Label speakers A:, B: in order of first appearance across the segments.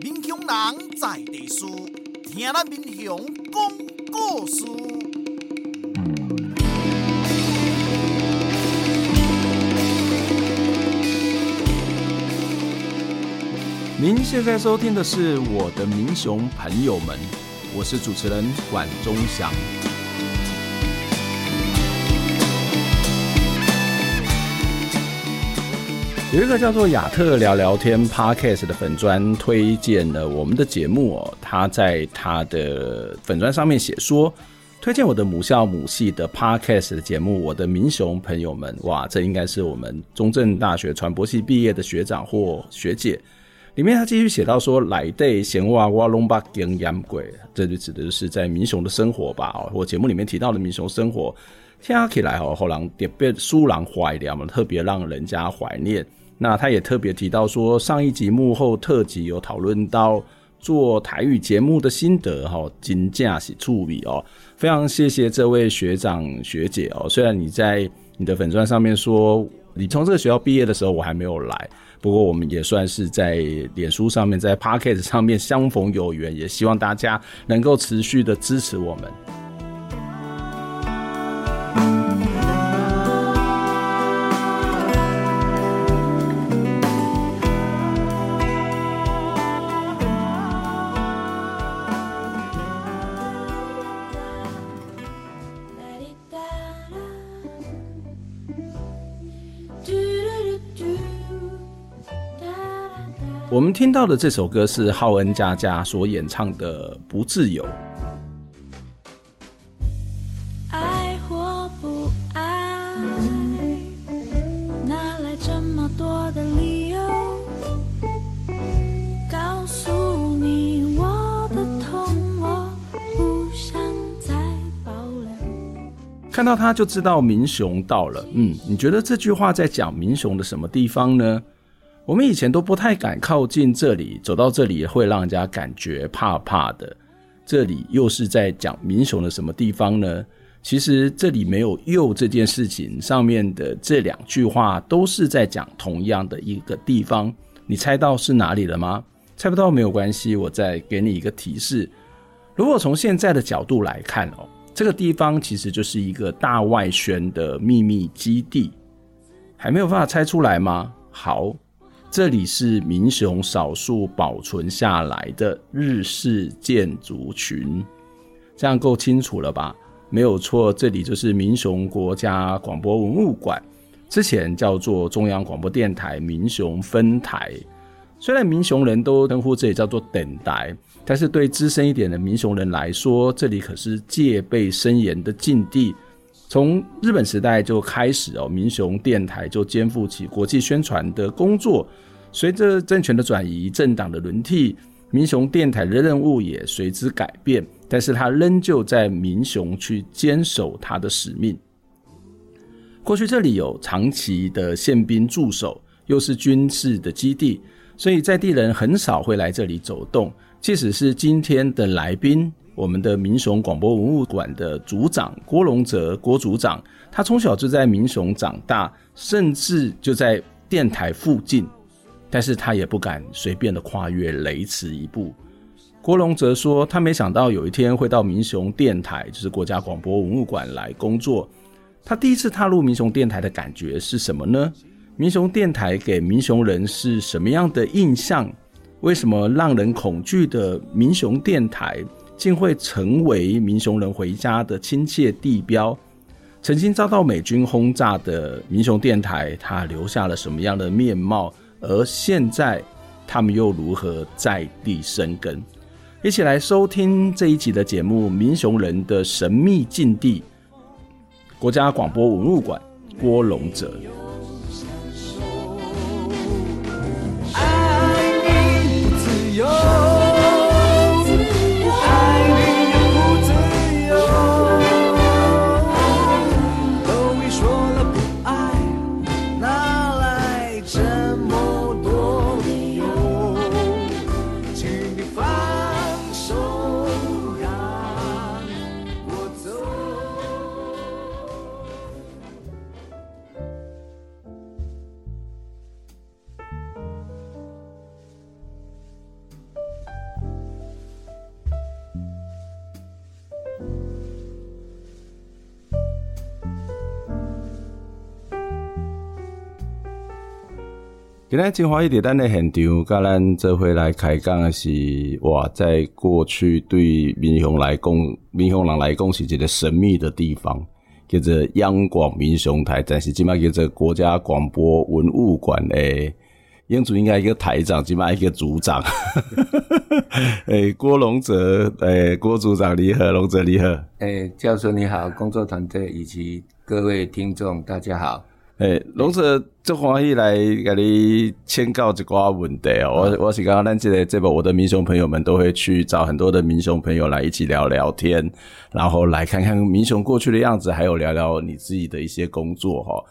A: 人在地书，听咱民雄讲故事。
B: 您现在收听的是《我的民雄朋友们》，我是主持人管中祥。有一个叫做亚特聊聊天 Podcast 的粉砖推荐了我们的节目哦，他在他的粉砖上面写说，推荐我的母校母系的 Podcast 的节目，我的民雄朋友们，哇，这应该是我们中正大学传播系毕业的学长或学姐。里面他继续写到说，来对闲话哇隆巴跟洋鬼，这就指的就是在民雄的生活吧，哦，或节目里面提到的民雄生活，听起来哦，后人特别舒朗怀念嘛，特别让人家怀念。那他也特别提到说，上一集幕后特辑有讨论到做台语节目的心得哈，金价是助理哦，非常谢谢这位学长学姐哦。虽然你在你的粉钻上面说，你从这个学校毕业的时候我还没有来，不过我们也算是在脸书上面，在 p o c k e t 上面相逢有缘，也希望大家能够持续的支持我们。我们听到的这首歌是浩恩佳佳所演唱的《不自由》。
C: 爱或不爱，哪来这么多的理由？告诉你我的痛，我不想再保留。
B: 看到它就知道民雄到了。嗯，你觉得这句话在讲民雄的什么地方呢？我们以前都不太敢靠近这里，走到这里会让人家感觉怕怕的。这里又是在讲民雄的什么地方呢？其实这里没有“又”这件事情，上面的这两句话都是在讲同样的一个地方。你猜到是哪里了吗？猜不到没有关系，我再给你一个提示。如果从现在的角度来看哦，这个地方其实就是一个大外宣的秘密基地，还没有办法猜出来吗？好，这里是民雄少数保存下来的日式建筑群，这样够清楚了吧？没有错，这里就是民雄国家广播文物馆，之前叫做中央广播电台民雄分台。虽然民雄人都称呼这里叫做等待，但是对资深一点的民雄人来说，这里可是戒备森严的禁地。从日本时代就开始哦，民雄电台就肩负起国际宣传的工作。随着政权的转移、政党的轮替，民雄电台的任务也随之改变，但是它仍旧在民雄去坚守它的使命。过去这里有长期的宪兵驻守，又是军事的基地，所以在地人很少会来这里走动。即使是今天的来宾，我们的民雄广播文物馆的组长郭荣哲郭组长，他从小就在民雄长大，甚至就在电台附近，但是他也不敢随便的跨越雷池一步。郭龙则说，他没想到有一天会到民雄电台，就是国家广播文物馆来工作。他第一次踏入民雄电台的感觉是什么呢？民雄电台给民雄人是什么样的印象？为什么让人恐惧的民雄电台，竟会成为民雄人回家的亲切地标？曾经遭到美军轰炸的民雄电台，它留下了什么样的面貌？而现在，他们又如何在地生根？一起来收听这一集的节目《民雄人的神秘禁地》，国家广播文物馆郭龙哲。
D: 爱你自由，爱你不自由。都已说了不爱，哪来这么多理由？请你放手，让我走。
B: 今天金华一伫咱的现场，甲咱做伙来开讲的是，哇，在过去对民雄来讲，民雄人来讲是一个神秘的地方，叫做央广民雄台，但是即摆叫做国家广播文物馆的。英主应该一个台长，起码一个组长。 诶、郭龙泽，诶、郭组长你好，龙泽你好。
E: 哎，教授你好，工作团队以及各位听众，大家好。
B: 诶，龙泽，足欢喜来甲你请教一寡问题
E: 啊
B: 哦。我我是刚刚咱这个这个我的民雄朋友们都会去找很多的民雄朋友来一起聊聊天，然后来看看民雄过去的样子，还有聊聊你自己的一些工作哈、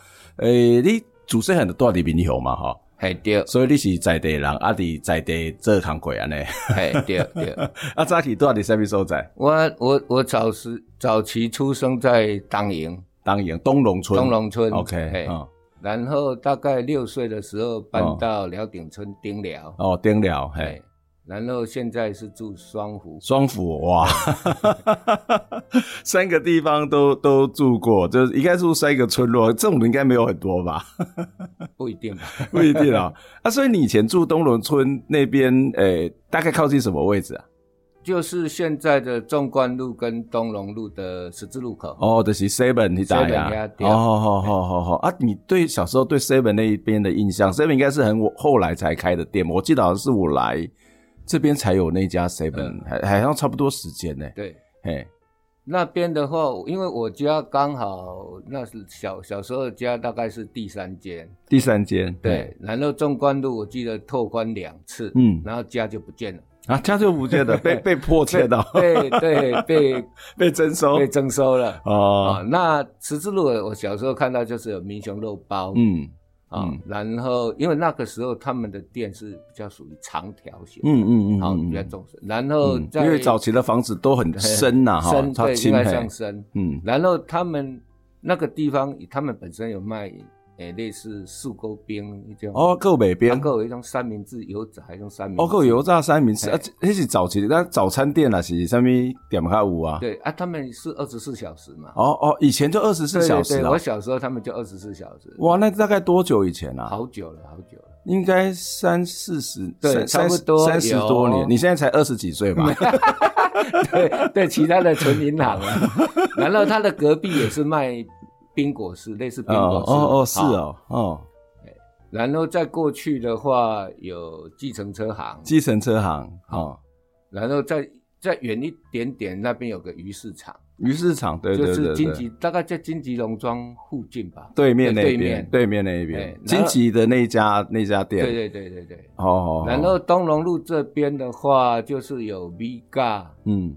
B: 诶、你主持人到底民雄嘛哈、
E: 嘿，对，
B: 所以你是在地人，啊，伫在地做工过安尼。
E: 嘿，对对。
B: 啊，早起住伫啥物所在？
E: 我我我早时早期出生在当营
B: 当然东龙村。
E: 东龙村
B: OK，
E: 嘿
B: 嗯，
E: 然后大概六岁的时候搬到辽顶村丁寮，
B: 哦，顶了，嘿
E: 哎，，然后现在是住双湖。
B: 双府哇， 三个地方都都住过，就是应该住三个村落，这种人应该没有很多吧？
E: 不一定吧？
B: 不一定啊。啊，所以你以前住东龙村那边，诶、大概靠近什么位置啊？
E: 就是现在的纵贯路跟东龙路的十字路口。
B: 哦，就是 Seven 你打
E: Seven 啊那
B: 呀？哦，
E: 边
B: 好好好好啊！你对小时候对 Seven 那一边的印象，Seven 应该是很我后来才开的店，我记得好像是我来这边才有那家 Seven，、还
E: 嗯
B: 还好像差不多时间呢、
E: 对，
B: 嘿，
E: 那边的话，因为我家刚好那是小小时候的家，大概是第三间，
B: 第三间，
E: 对，然后纵贯路我记得拓宽两次，
B: 嗯
E: 然后家就不 见了，
B: 啊，家就不 见了，被被迫切到，
E: 被 对被
B: 被征收
E: 被征收了。啊、
B: 哦，
E: 那十字路我小时候看到就是有民雄肉包，
B: 嗯
E: 啊、
B: 嗯
E: 然后因为那个时候他们的店是比较属于长条形，
B: 嗯嗯嗯，
E: 好、
B: 嗯
E: 比较重视，然后
B: 嗯
E: 在、
B: 因为早期的房子都很深呐，哈
E: 深，
B: 它
E: 对
B: 亲
E: 应该
B: 嘿
E: 上，深，
B: 嗯
E: 然后他们那个地方，他们本身有卖诶、类似树沟冰一种，
B: 哦，够北边
E: 还，有一种三明治油炸，还有一种三明治
B: 哦，够油炸三明治，
E: 嘿
B: 啊，这那是早期的，那早餐店啦是啥物点较有啊？
E: 对啊，他们是二十四小时嘛，
B: 哦哦，以前就二十四
E: 对对
B: 小时
E: 对
B: 啊
E: 我。小时候他们就二十四小时，
B: 哇，那大概多久以前啊？
E: 好久了，好久了。
B: 应该三四十，
E: 对
B: 三
E: 差不多
B: 三十
E: 有
B: 多年。你现在才二十几岁 吧？
E: 对对，其他的存银 行啊，然后他的隔壁也是卖冰果室，类似冰果
B: 哦
E: 室。
B: 哦哦，是
E: 好。
B: 哦哦，
E: 然后再过去的话，有计程车行，
B: 计程车行哦，
E: 然后再再远一点点，那边有个鱼市场。
B: 鱼市场对对对
E: 就是
B: 对，
E: 金吉，大概在金吉农庄附近吧。
B: 对面那
E: 对对
B: 边
E: 面，
B: 对面那
E: 哎
B: 边，
E: 然
B: 金
E: 后
B: 吉的那家那家店，
E: 对对对对对。
B: 哦，哦，哦
E: 然后东龙路这边的话，就是有 V 嘎、
B: 嗯，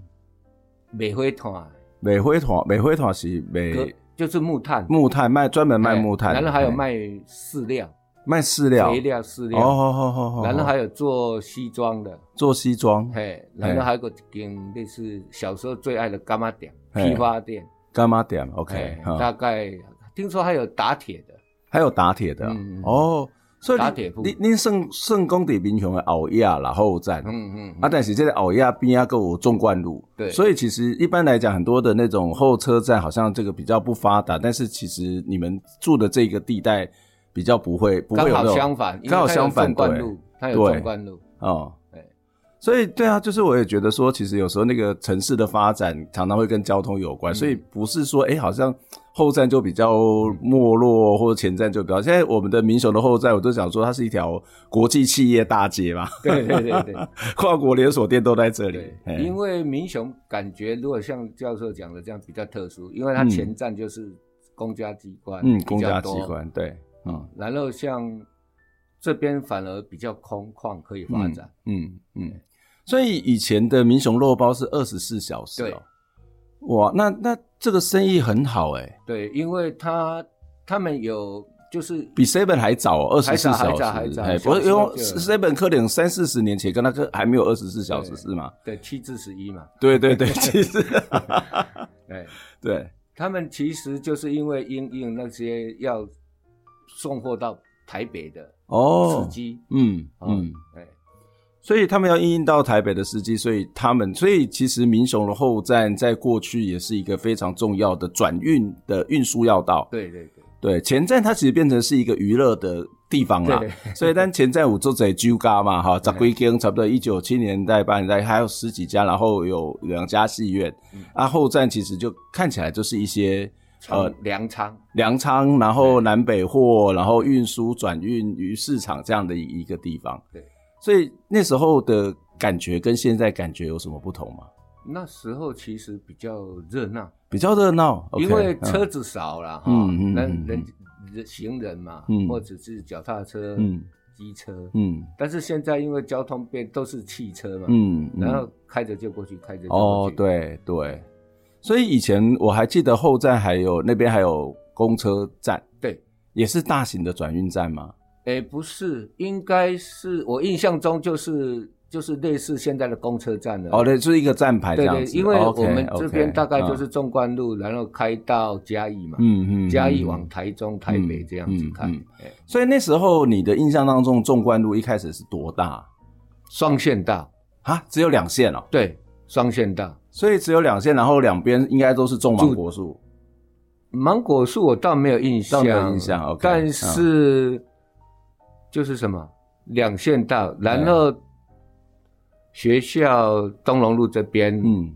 E: 美辉团，
B: 美辉团，美辉团是美
E: 就是木炭，
B: 木炭卖，专门卖
E: 哎
B: 木炭，
E: 然后还有
B: 哎
E: 卖饲料、
B: 卖饲料，
E: 肥料、饲
B: 哦，
E: 料，
B: 好好好好，
E: 然后还哎
B: 有
E: 有做西装的，
B: 做西装，
E: 嘿，然后还有个跟类似小时候最爱的干妈店、
B: 哎
E: 批发店，
B: 干妈店
E: 哎
B: ，OK，，
E: 大
B: 哈
E: 概听说还有打铁的，
B: 还有打铁的
E: 嗯嗯嗯
B: 哦，所以
E: 打铁铺
B: 你你圣圣公底民雄的后亚啦后站，
E: 嗯嗯，
B: 啊，但是这个袄亚边啊，够有纵贯路，
E: 对
B: 所以其实一般来讲，很多的那种候车站好像这个比较不发达，但是其实你们住的这个地带比较不会，不会
E: 刚
B: 有那
E: 好
B: 种
E: 相反，因为
B: 刚好
E: 它有
B: 相反，
E: 纵贯
B: 对，
E: 路，它有
B: 对
E: 纵贯路，
B: 哦
E: 对。
B: 所以，对啊，就是我也觉得说，其实有时候那个城市的发展常常会跟交通有
E: 嗯
B: 关，所以不是说，哎，好像后站就比较没落，或者前站就比较。现在我们的民雄的后站，我都想说，它是一条国际企业大街嘛，
E: 对对对对。
B: 跨国连锁店都在这里
E: 对。，
B: 嘿
E: 因为民雄感觉如果像教授讲的这样比较特殊，因为它前站就是公家机关，
B: 嗯
E: 比，较
B: 公家机
E: 多，
B: 关对，嗯
E: 然后像这边反而比较空旷，可以发展。
B: 嗯嗯，所以以前的民雄肉包是二十四小时
E: 对
B: 哦，哇，那那这个生意很好哎、
E: 对，因为它他们有就是
B: 比 seven 还早哦二十
E: 还
B: 四小
E: 早还早还
B: 时，
E: 早
B: 哎，
E: 小
B: 不是因
E: 时
B: 为
E: 候就
B: seven 可能三四十年前跟那个还没有二十四小时
E: 对
B: 是吗？
E: 对七至十一嘛，
B: 对对 对，其 实
E: 对，
B: 对，
E: 他们其实就是因为因应那些要送货到台北的
B: 哦
E: 司，机，
B: 嗯
E: 哦
B: 嗯，，
E: 哎，
B: 所以他们要应应到台北的司机，所以他们，所以其实民雄的后站在过去也是一个非常重要的转运的运输要道，
E: 对对对。
B: 对，前站它其实变成是一个娱乐的地方啦
E: 对，
B: 所以但前站有做在酒家嘛，哈，十几间，差不多一九七年代、八年代还有十几家，然后有两家戏院，
E: 嗯
B: 啊，后站其实就看起来就是一些呃
E: 呃，粮仓
B: 粮仓，然后南北货，然后运输、转运、鱼市场这样的一个地方。
E: 对，
B: 所以那时候的感觉跟现在感觉有什么不同吗？
E: 那时候其实比较热闹，
B: 比较热闹，OK，
E: 因为车
B: 嗯
E: 子少了哈
B: 嗯嗯嗯，
E: 人
B: 嗯
E: 人人行人嘛
B: 嗯，
E: 或者是脚踏车
B: 嗯、
E: 机车，
B: 嗯
E: 但是现在因为交通变都是汽车嘛，
B: 嗯，嗯
E: 然后开着就过去，开着就过
B: 哦
E: 去，，
B: 对对，所以以前我还记得后站还有那边还有公车站，
E: 对，
B: 也是大型的转运站吗？
E: 哎，不是，应该是我印象中就是就是类似现在的公车站了。
B: 哦，对，就是一个站牌这
E: 对
B: 样
E: 对，
B: 子。
E: 因为我
B: OK，
E: 们
B: OK，
E: 这边大概
B: 嗯
E: 就是纵贯路，然后开到嘉义嘛，
B: 嗯嗯，
E: 嘉义
B: 嗯
E: 往台中、台北这样子开
B: 嗯嗯。
E: 哎
B: 所以那时候你的印象当中，纵贯路一开始是多大
E: 双线道，
B: 啊？只有两线哦，
E: 对，双线道。
B: 所以只有两线，然后两边应该都是种芒果树。
E: 芒果树我倒没有印象，
B: 倒没有印象，OK，
E: 但是就是什么两线道，然后学校东龙路这边，
B: 嗯，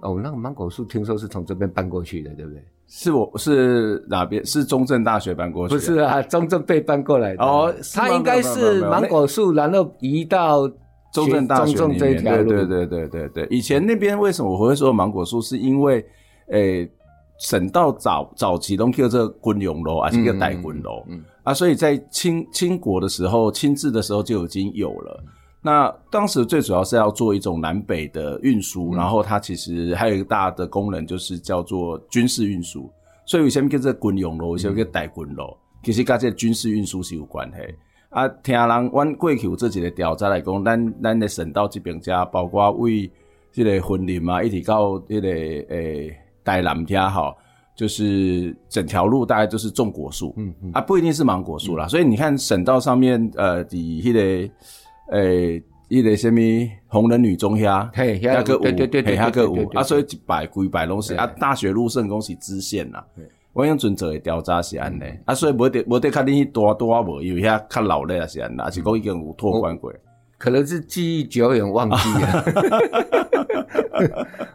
E: 哦，那个芒果树听说是从这边搬过去的，对不对？
B: 是我是哪边？是中正大学搬过去？
E: 不是，啊，中正被搬过来的
B: 哦是吗
E: 它应
B: 没
E: 该
B: 有没有
E: 是
B: 没有
E: 芒果树，然后移到
B: 中正大学
E: 中正
B: 里
E: 这一
B: 面。
E: 条
B: 对
E: 路，
B: 对对对对对。以前那边为什么我会说芒果树？是因为，诶、省道早早期都叫做滚龙楼，还是叫带滚楼？
E: 嗯，嗯，
B: 啊，所以在清清国的时候，清治的时候就已经有了。那当时最主要是要做一种南北的运
E: 嗯
B: 输，然后它其实还有一个大的功能，就是叫做军事运输。所以有些跟这军用楼，有些跟带军楼，其实跟这军事运输是有关系。啊，听人阮过去有做一个调查来讲，咱咱的省道这边遮，包括为这个婚林啊，一直到这个诶、台南遐吼，就是整条路大概就是种果树，
E: 嗯嗯
B: 啊，不一定是芒果树啦。所以你看省道上面，呃，底迄、个，诶、迄、个什么红人女中遐，
E: 嘿遐
B: 那个
E: 有对对对对
B: 那个
E: 对对
B: 有
E: 对对
B: 啊，所以一百几百拢是
E: 对
B: 啊，大学路甚讲是支线啦
E: 对。
B: 我用准做的调查是安尼，
E: 嗯
B: 啊，所以无得无得较恁大大无，因为遐较老咧也是安那，还是讲已经有拓宽
E: 哦
B: 过。
E: 可能是记忆久远忘记 了。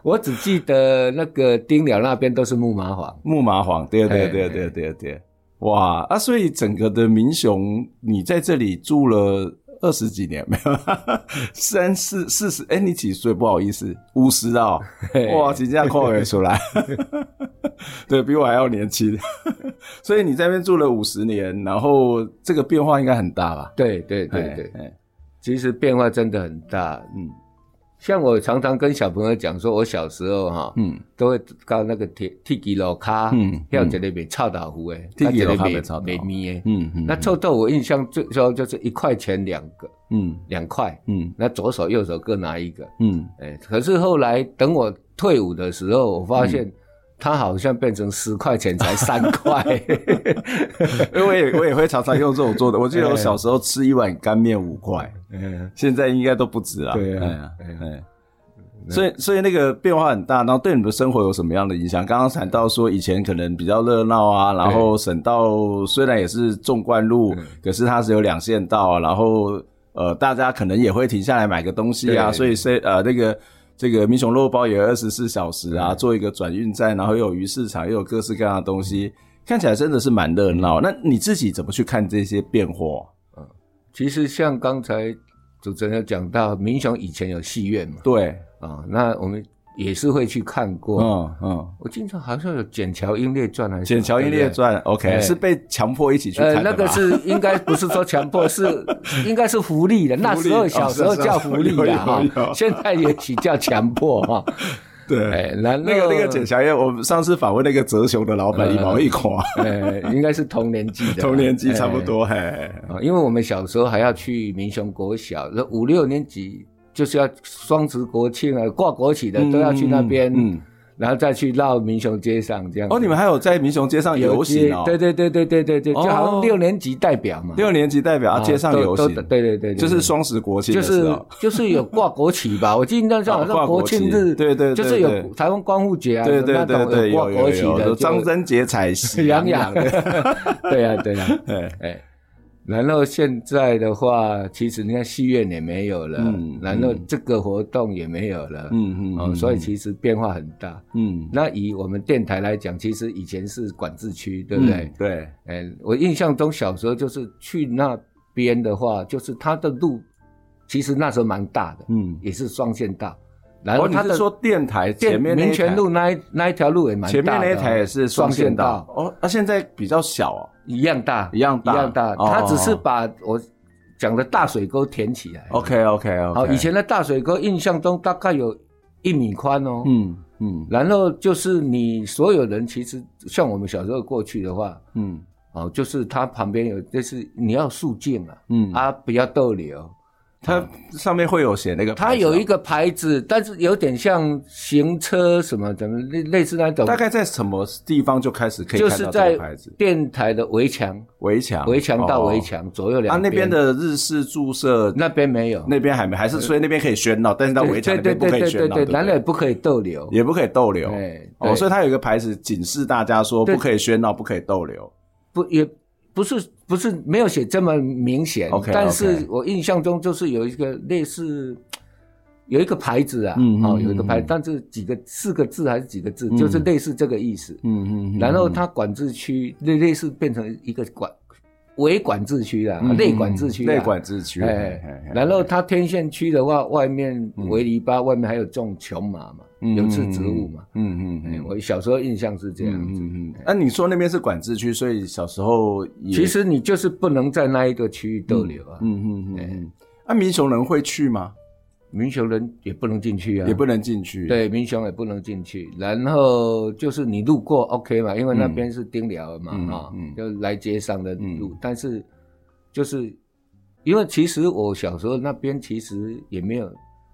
E: 我只记得那个丁寮那边都是木麻黄，
B: 木麻黄，对对
E: 嘿
B: 对
E: 嘿
B: 对对对，哇啊！所以整个的民雄，你在这里住了二十几年没有？ 三四四十？哎，你几岁？不好意思，五十啊、
E: 嘿
B: 哇，请假扣回出来， 对比我还要年轻。 所以你在那边住了五十年，然后这个变化应该很大吧？
E: 对对对对，
B: 哎，哎
E: 其实变化真的很大。
B: 嗯
E: 像我常常跟小朋友讲说，我小时候哈、
B: 嗯
E: 都会到那个铁铁吉楼卡，
B: 嗯
E: 要一个卖臭豆腐的，
B: 铁枝路卡
E: 啊一
B: 卖
E: 个
B: 臭豆腐
E: 卖面的。
B: 嗯嗯，
E: 那臭豆腐我印象最深就是一块钱两个，
B: 嗯
E: 两块，
B: 嗯
E: 那左手右手各拿一个。
B: 嗯
E: 哎，可是后来等我退伍的时候，我发
B: 嗯
E: 现它好像变成十块钱才三块。
B: 因为我也我也会常常用这种做的。我记得我小时候吃一碗干面五块，
E: 嗯
B: 现在应该都不哎止啊。
E: 对啊
B: 哎呀
E: 对啊
B: 哎所以，所以那个变化很大，然后对你们生活有什么样的影响？刚刚谈到说以前可能比较热闹啊，然后省道虽然也是纵贯路，可是它是有两线道啊，然后呃，大家可能也会停下来买个东西啊，
E: 对
B: 所以是呃那个这个民雄肉包也二十四小时啊，
E: 嗯
B: 做一个转运站，然后又有鱼市场，又有各式各样的东西，看起来真的是蛮热闹。那你自己怎么去看这些变化？
E: 其实像刚才主持人有讲到，民雄以前有戏院嘛，
B: 对，
E: 啊，那我们也是会去看过。
B: 嗯嗯。
E: 我经常好像有《剪桥英烈传》还是什
B: 《
E: 么
B: 剑桥英烈》传》OK
E: 哎
B: 是被强迫一起去
E: 对不对。呃，
B: 看的吧
E: 那个是应该不是说强迫，是 应该是福利的。那时候小时候叫福利的
B: 哦
E: 哈
B: 是是是有有有，
E: 现在也许叫强迫哈。
B: 对
E: 哎，然后
B: 那个那个《剑桥英烈》，我们上次访问那个哲雄的老板
E: 嗯
B: 一毛一款，
E: 呃，应该是童年记的啦，
B: 童年纪差不
E: 哎
B: 多，嘿，
E: 啊，因为我们小时候还要去民雄国小，那五六年级就是要双十国庆啊，挂国旗的都要去那边，
B: 嗯嗯嗯
E: 然后再去绕民雄街上这样子。
B: 哦，你们还有在民雄街上游行哦？
E: 街啊对对对对对对对，
B: 哦
E: 就好像六年级代表嘛，
B: 六年级代表啊，
E: 啊
B: 街上
E: 都
B: 游行
E: 都，对对对，对
B: 就是双十国庆
E: 就
B: 的时
E: 是
B: 候，
E: 就是有挂国旗吧，我记得那时候好
B: 哦挂
E: 像
B: 国
E: 国
B: 旗
E: 庆日，
B: 对对对
E: 就是
B: 对
E: 有台湾光复节啊，
B: 对对
E: 那
B: 对
E: 种
B: 对，
E: 有
B: 有
E: 挂国
B: 有
E: 旗的
B: 有，
E: 就
B: 张贞节彩啊旗，
E: 洋洋的，对啊对啊，
B: 哎，
E: 哎，然后现在的话，其实你看戏院也没有了，
B: 嗯
E: 然后
B: 嗯
E: 这个活动也没有了，
B: 嗯嗯
E: 哦，
B: 嗯
E: 所以其实变化很大。
B: 嗯，
E: 那以我们电台来讲，其实以前是管制区，对不对？
B: 嗯对，
E: 哎、我印象中小时候就是去那边的话，就是它的路，其实那时候蛮大的，
B: 嗯，
E: 也是双线道。然
B: 哦，
E: 后
B: 你
E: 它
B: 是
E: 的
B: 说电台前
E: 电
B: 面那一
E: 民权
B: 台
E: 路那一那一条路也蛮大
B: 前
E: 的哦，
B: 面那一台也是双线
E: 道
B: 道，哦，那现在比较小哦，
E: 一样大，
B: 一样大
E: 一样大。
B: 哦
E: 它只是把我讲的大水沟填起来。
B: OK OK OK，
E: 哎好，以前的大水沟印象中大概有一米宽哦。
B: 嗯嗯
E: 然后就是你所有人，其实像我们小时候过去的话，
B: 嗯
E: 哦，就是它旁边有，就是你要肃静啊，
B: 嗯，
E: 啊，不要逗留。
B: 它上面会有写那个牌子哦，
E: 它有一个牌子，但是有点像行车什么怎么类类似那种，
B: 大概在什么地方就开始可以
E: 就
B: 看
E: 是
B: 到这
E: 在
B: 个牌子，
E: 电台的围墙，
B: 围墙
E: 围墙到围。
B: 哦
E: 墙左右
B: 啊，
E: 两
B: 那
E: 边。
B: 边的日式注射
E: 那边没有，
B: 那边还没，还是所以那边可以喧闹，但是到围墙那
E: 对
B: 边不
E: 对
B: 可以
E: 对对
B: 喧
E: 对
B: 闹，
E: 对，
B: 不
E: 男人也不可以逗留。
B: 也不可以逗留。
E: 对
B: 哦，
E: 对
B: 所以它有一个牌子警示大家说
E: 对
B: 不可以喧闹，不可以逗留。
E: 不也不是不是没有写这么明显
B: OK，OK
E: 但是我印象中就是有一个类似有一个牌子啊，
B: 嗯嗯
E: 哦
B: 嗯
E: 有一个牌
B: 嗯
E: 子，但是几个四个字还是几个字，
B: 嗯
E: 就是类似这个意思。
B: 嗯
E: 然后它管制区类类似变成一个管伪管制区啊，内管制区啊，
B: 嗯内管制区。嘿嘿
E: 哎
B: 嘿，嗯
E: 然后它天线区的话，外面围篱笆，外面还有种琼麻嘛，有刺植物嘛。
B: 嗯嗯
E: 哎
B: 嗯，
E: 我小时候印象是这样子。哎
B: 嗯嗯嗯。那你说那边是管制区，所以小时候也
E: 其实你就是不能在那一个区域逗留啊，
B: 嗯嗯嗯嗯。那民雄人会去吗？
E: 民雄人也不能进去啊，
B: 也不能进去。，
E: 对，民雄也不能进去。然后就是你路过 OK 嘛，因为那边是丁寮嘛，
B: 嗯
E: 啊、
B: 嗯
E: 就来街上的路。但是就是因为其实我小时候那边其实也没有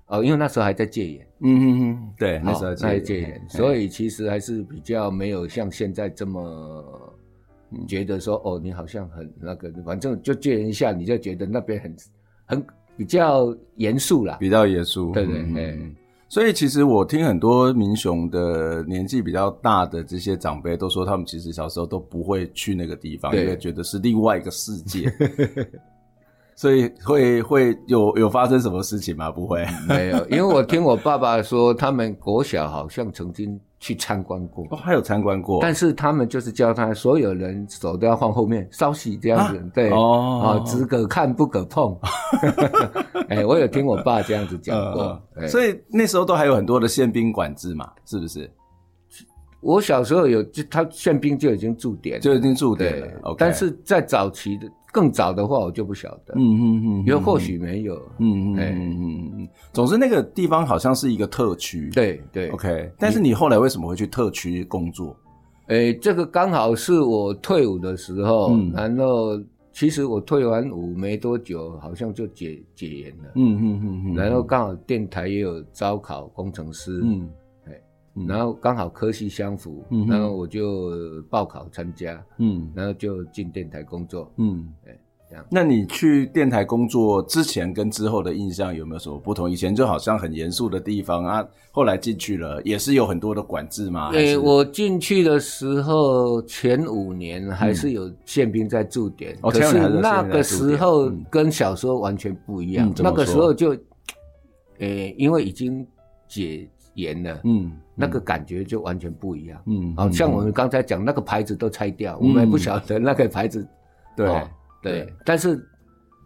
E: 哦，因为那时候还在戒严，
B: 嗯嗯嗯，对，那时候
E: 哦那还戒严，所以其实还是比较没有像现在这么。觉得说哦，你好像很那个，反正就戒严一下，你就觉得那边很很比较严 肃啦。
B: 比较严肃。
E: 对对
B: 嗯嗯
E: 哎
B: 嗯所以其实我听很多民雄的年纪比较大的这些长辈都说，他们其实小时候都不会去那个地方，
E: 对
B: 因为觉得是另外一个世界。 所以会会有有发生什么事情吗？不会，
E: 没有，因为我听我爸爸说，他们国小好像曾经去参观过，
B: 哦，还有参观过，
E: 但是他们就是教他所有人手都要放后面稍息这样子，对，
B: 哦
E: 啊只可看不可 碰。 哎，我有听我爸这样子讲过
B: 呃，，
E: 哎
B: 所以那时候都还有很多的宪兵管制嘛，是不是？
E: 我小时候有，就他宪兵就已经驻点了，
B: 就已经驻点
E: 对
B: 了。OK
E: 但是在早期的更早的话，我就不晓得，
B: 嗯嗯嗯，
E: 因为或许没有，
B: 嗯，嗯嗯
E: 哎
B: 嗯嗯嗯嗯，总之那个地方好像是一个特区，
E: 对对
B: ，OK。但是你后来为什么会去特区工作？
E: 诶，这个刚好是我退伍的时候，
B: 嗯
E: 然后其实我退完伍没多久，好像就解解严了。
B: 嗯嗯嗯嗯，
E: 然后刚好电台也有招考工程师，
B: 嗯嗯
E: 然后刚好科系相符，
B: 嗯哼
E: 然后我就报考参加，
B: 嗯
E: 然后就进电台工作。
B: 嗯
E: 哎这样，
B: 那你去电台工作之前跟之后的印象有没有什么不同？以前就好像很严肃的地方啊，后来进去了也是有很多的管制嘛。啊还
E: 诶，
B: 是
E: 我进去的时候前五年还是有宪兵在驻点，
B: 嗯哦
E: 可
B: 前五
E: 是
B: 年还是有宪兵在
E: 那
B: 驻点
E: 个时候
B: 嗯
E: 跟小时候完全不一样。
B: 嗯怎么说
E: 那个时候就，诶，因为已经解严了，
B: 嗯
E: 那个感觉就完全不一样。
B: 嗯，
E: 好、
B: 嗯
E: 像我们刚才讲那个牌子都拆掉，
B: 嗯
E: 我们也不晓得那个牌子。
B: 对
E: 哦
B: 对
E: 对，但是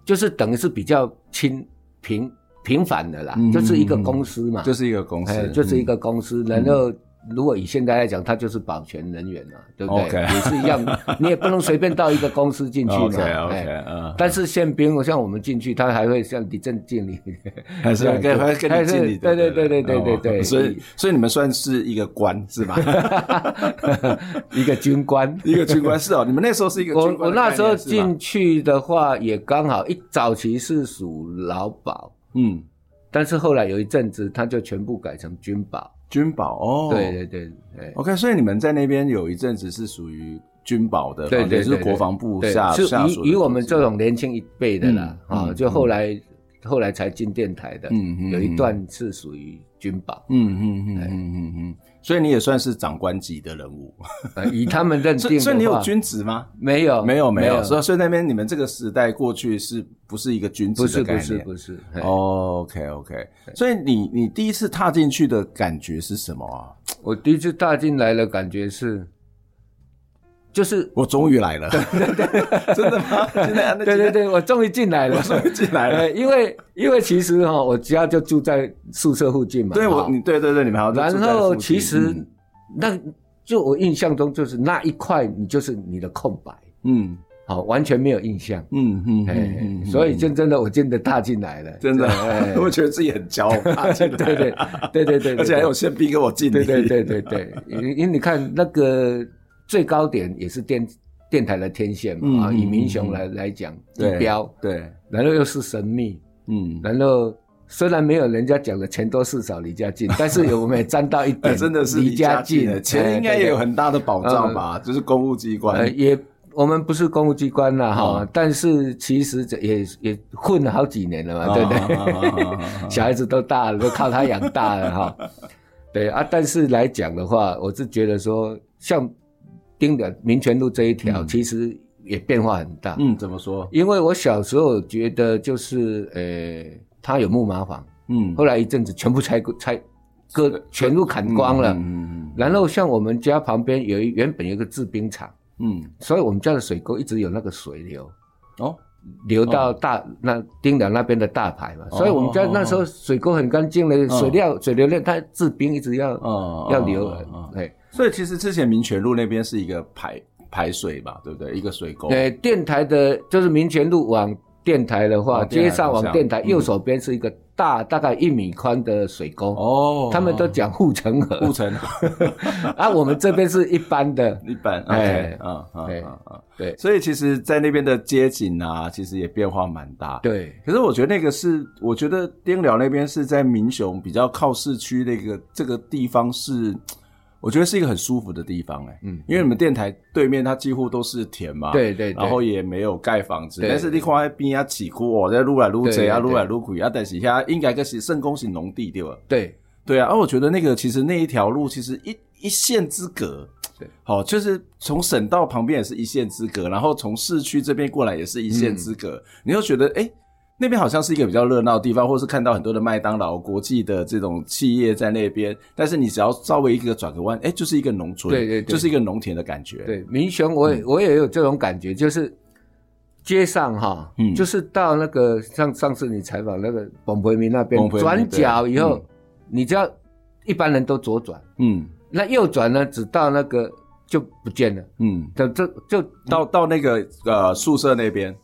E: 就是等于是比较轻平平凡的啦，
B: 嗯
E: 就是一个公司嘛，
B: 就是一嗯个公
E: 哎
B: 司，
E: 就是一个公司，然后。如果以现在来讲，他就是保全人员嘛，对不对
B: 嗯 OK
E: 也是一样，你也不能随便到一个公司进 去嘛。
B: OK OK，
E: 哎
B: 嗯，
E: 但是宪兵，像我们进去，他还会像地震经理，
B: 还是要跟还是跟你敬礼的，
E: 还是对对对对对对对
B: 哦所以所以你们算是一个官是吧？
E: 一个军官，
B: 一个军官是哦，你们那时候是一个
E: 我
B: 军官
E: 我
B: 的
E: 那时候
B: 概念是吧
E: 进去的话，也刚好一早期是属劳保，
B: 嗯
E: 但是后来有一阵子，他就全部改成军保。
B: 君宝哦，
E: 对对对，哎
B: OK，所以你们在那边有一阵子是属于军保的，
E: 对对
B: 也
E: 对，
B: 是
E: 对
B: 国防部
E: 对
B: 下
E: 是
B: 下属的
E: 以以
B: 组
E: 我们
B: 织
E: 这种年轻一辈的啦，
B: 嗯
E: 啊，
B: 嗯
E: 就后来后来才进电台的
B: 嗯嗯，
E: 有一段是属于军保，
B: 嗯嗯嗯嗯嗯嗯，所以你也算是长官级的人物，
E: 呃以他们认定
B: 所以
E: 的
B: 所以你有
E: 话
B: 军职吗？
E: 没有
B: 没有没
E: 没
B: 有，所
E: 说
B: 以所以那边你们这个时代过去是不是一个军职
E: 不是
B: 的
E: 不
B: 概
E: 是
B: 念？
E: 不是，嘿
B: 哦，OK OK，所以你你第一次踏进去的感觉是什么啊？
E: 我第一次踏进来的感觉是，就是
B: 我终于来了， 真的吗？现在那
E: 对对对，我终于进来了，
B: 终于进来 了
E: 呃因为因为其实哈、我家就住在宿舍附近嘛，
B: 对
E: 哈
B: 我你对对对，你们好像
E: 然
B: 住在附
E: 后
B: 近
E: 其实
B: 嗯
E: 那就我印象中就是那一块，你就是你的空白，
B: 嗯
E: 好、完全没有印象。
B: 嗯嗯
E: 哎
B: 嗯，嗯，
E: 所以就真的我真的踏进来了，
B: 真的
E: 哎，
B: 我觉得自己很骄傲，踏进来
E: 对对对对对，
B: 而且还有宪兵跟我敬礼，
E: 对对对对对，因为因为你看那个最高点也是电电台的天线
B: 嗯
E: 嘛，啊，
B: 嗯
E: 以民雄来来讲地
B: 对
E: 标，
B: 对，
E: 然后又是神秘，
B: 嗯，
E: 然后虽然没有人家讲的钱多事少离家近，但是有我们也沾到 一
B: 哎
E: 点，
B: 真的是
E: 离家近哎
B: 的，，钱应该也有很大的保障吧？就是公务机
E: 嗯哎。对
B: 关
E: 对呃，也我们不是公务机关啦哈
B: 嗯，
E: 但是其实这也也混了好几年了嘛，对不
B: 啊啊啊啊啊啊
E: 对？小孩子都大了，都靠他养大了哈。对啊，但是来讲的话，我是觉得说，像丁的民权路这一条，其实也变化很大。
B: 嗯，怎么说？
E: 因为我小时候觉得就是呃，他有木马房，
B: 嗯，
E: 后来一阵子全部拆拆割，全部砍光了。
B: 嗯
E: 然后像我们家旁边有一原本有一个制冰厂，
B: 嗯嗯，
E: 所以我们家的水沟一直有那个水流
B: 哦，
E: 流到大、那丁良那边的大排嘛，
B: 哦
E: 所以我们家
B: 哦哦
E: 那时候水沟很干净的，水料水流量它制冰一直要、
B: 哦，
E: 要流，
B: 哦哦哦
E: 哎、
B: 所以其实之前民权路那边是一个排排水吧，对不对？一个水沟，
E: 呃，电台的就是民权路往电台的话，
B: 哦电台
E: 街上往电台、
B: 嗯
E: 右手边是一个大大概一米宽的水沟，
B: 哦，
E: 他们都讲护城河，
B: 护城
E: 啊，我们这边是一般的，
B: 一般，
E: 哎
B: 哎，嗯嗯
E: 哎
B: 嗯嗯，
E: 对
B: 所以其实，在那边的街景啊，其实也变化蛮大，
E: 对。
B: 可是我觉得那个是，我觉得丁寮那边是在民雄比较靠市区那个这个地方是，我觉得是一个很舒服的地方哎、
E: 嗯
B: 因为你们电台对面它几乎都是田嘛，
E: 对对对
B: 然后也没有盖房子，
E: 对
B: 但是你看那边啊起哭哦，在撸来撸去啊，
E: 对对
B: 撸来撸去啊，但是下应该个是圣公是农地对吧？
E: 对，
B: 对啊，而、我觉得那个其实那一条路其实一一线之隔。
E: 对，
B: 好、就是从省道旁边也是一线之隔，然后从市区这边过来也是一线
E: 嗯
B: 之隔，你就觉得哎。诶那边好像是一个比较热闹的地方，或是看到很多的麦当劳、国际的这种企业在那边，但是你只要稍微一个转个弯，哎、就是一个农村，
E: 对对对
B: 就是一个农田的感觉，
E: 对，民雄我
B: 嗯
E: 也、我也有这种感觉，就是街上哈，
B: 嗯
E: 就是到那个像上次你采访那个彭培明那边
B: 彭培明
E: 转角以后，
B: 对嗯
E: 你只要一般人都左转，
B: 嗯
E: 那右转呢，只到那个就不见了，
B: 嗯，
E: 就就就
B: 到到那个呃宿舍那边，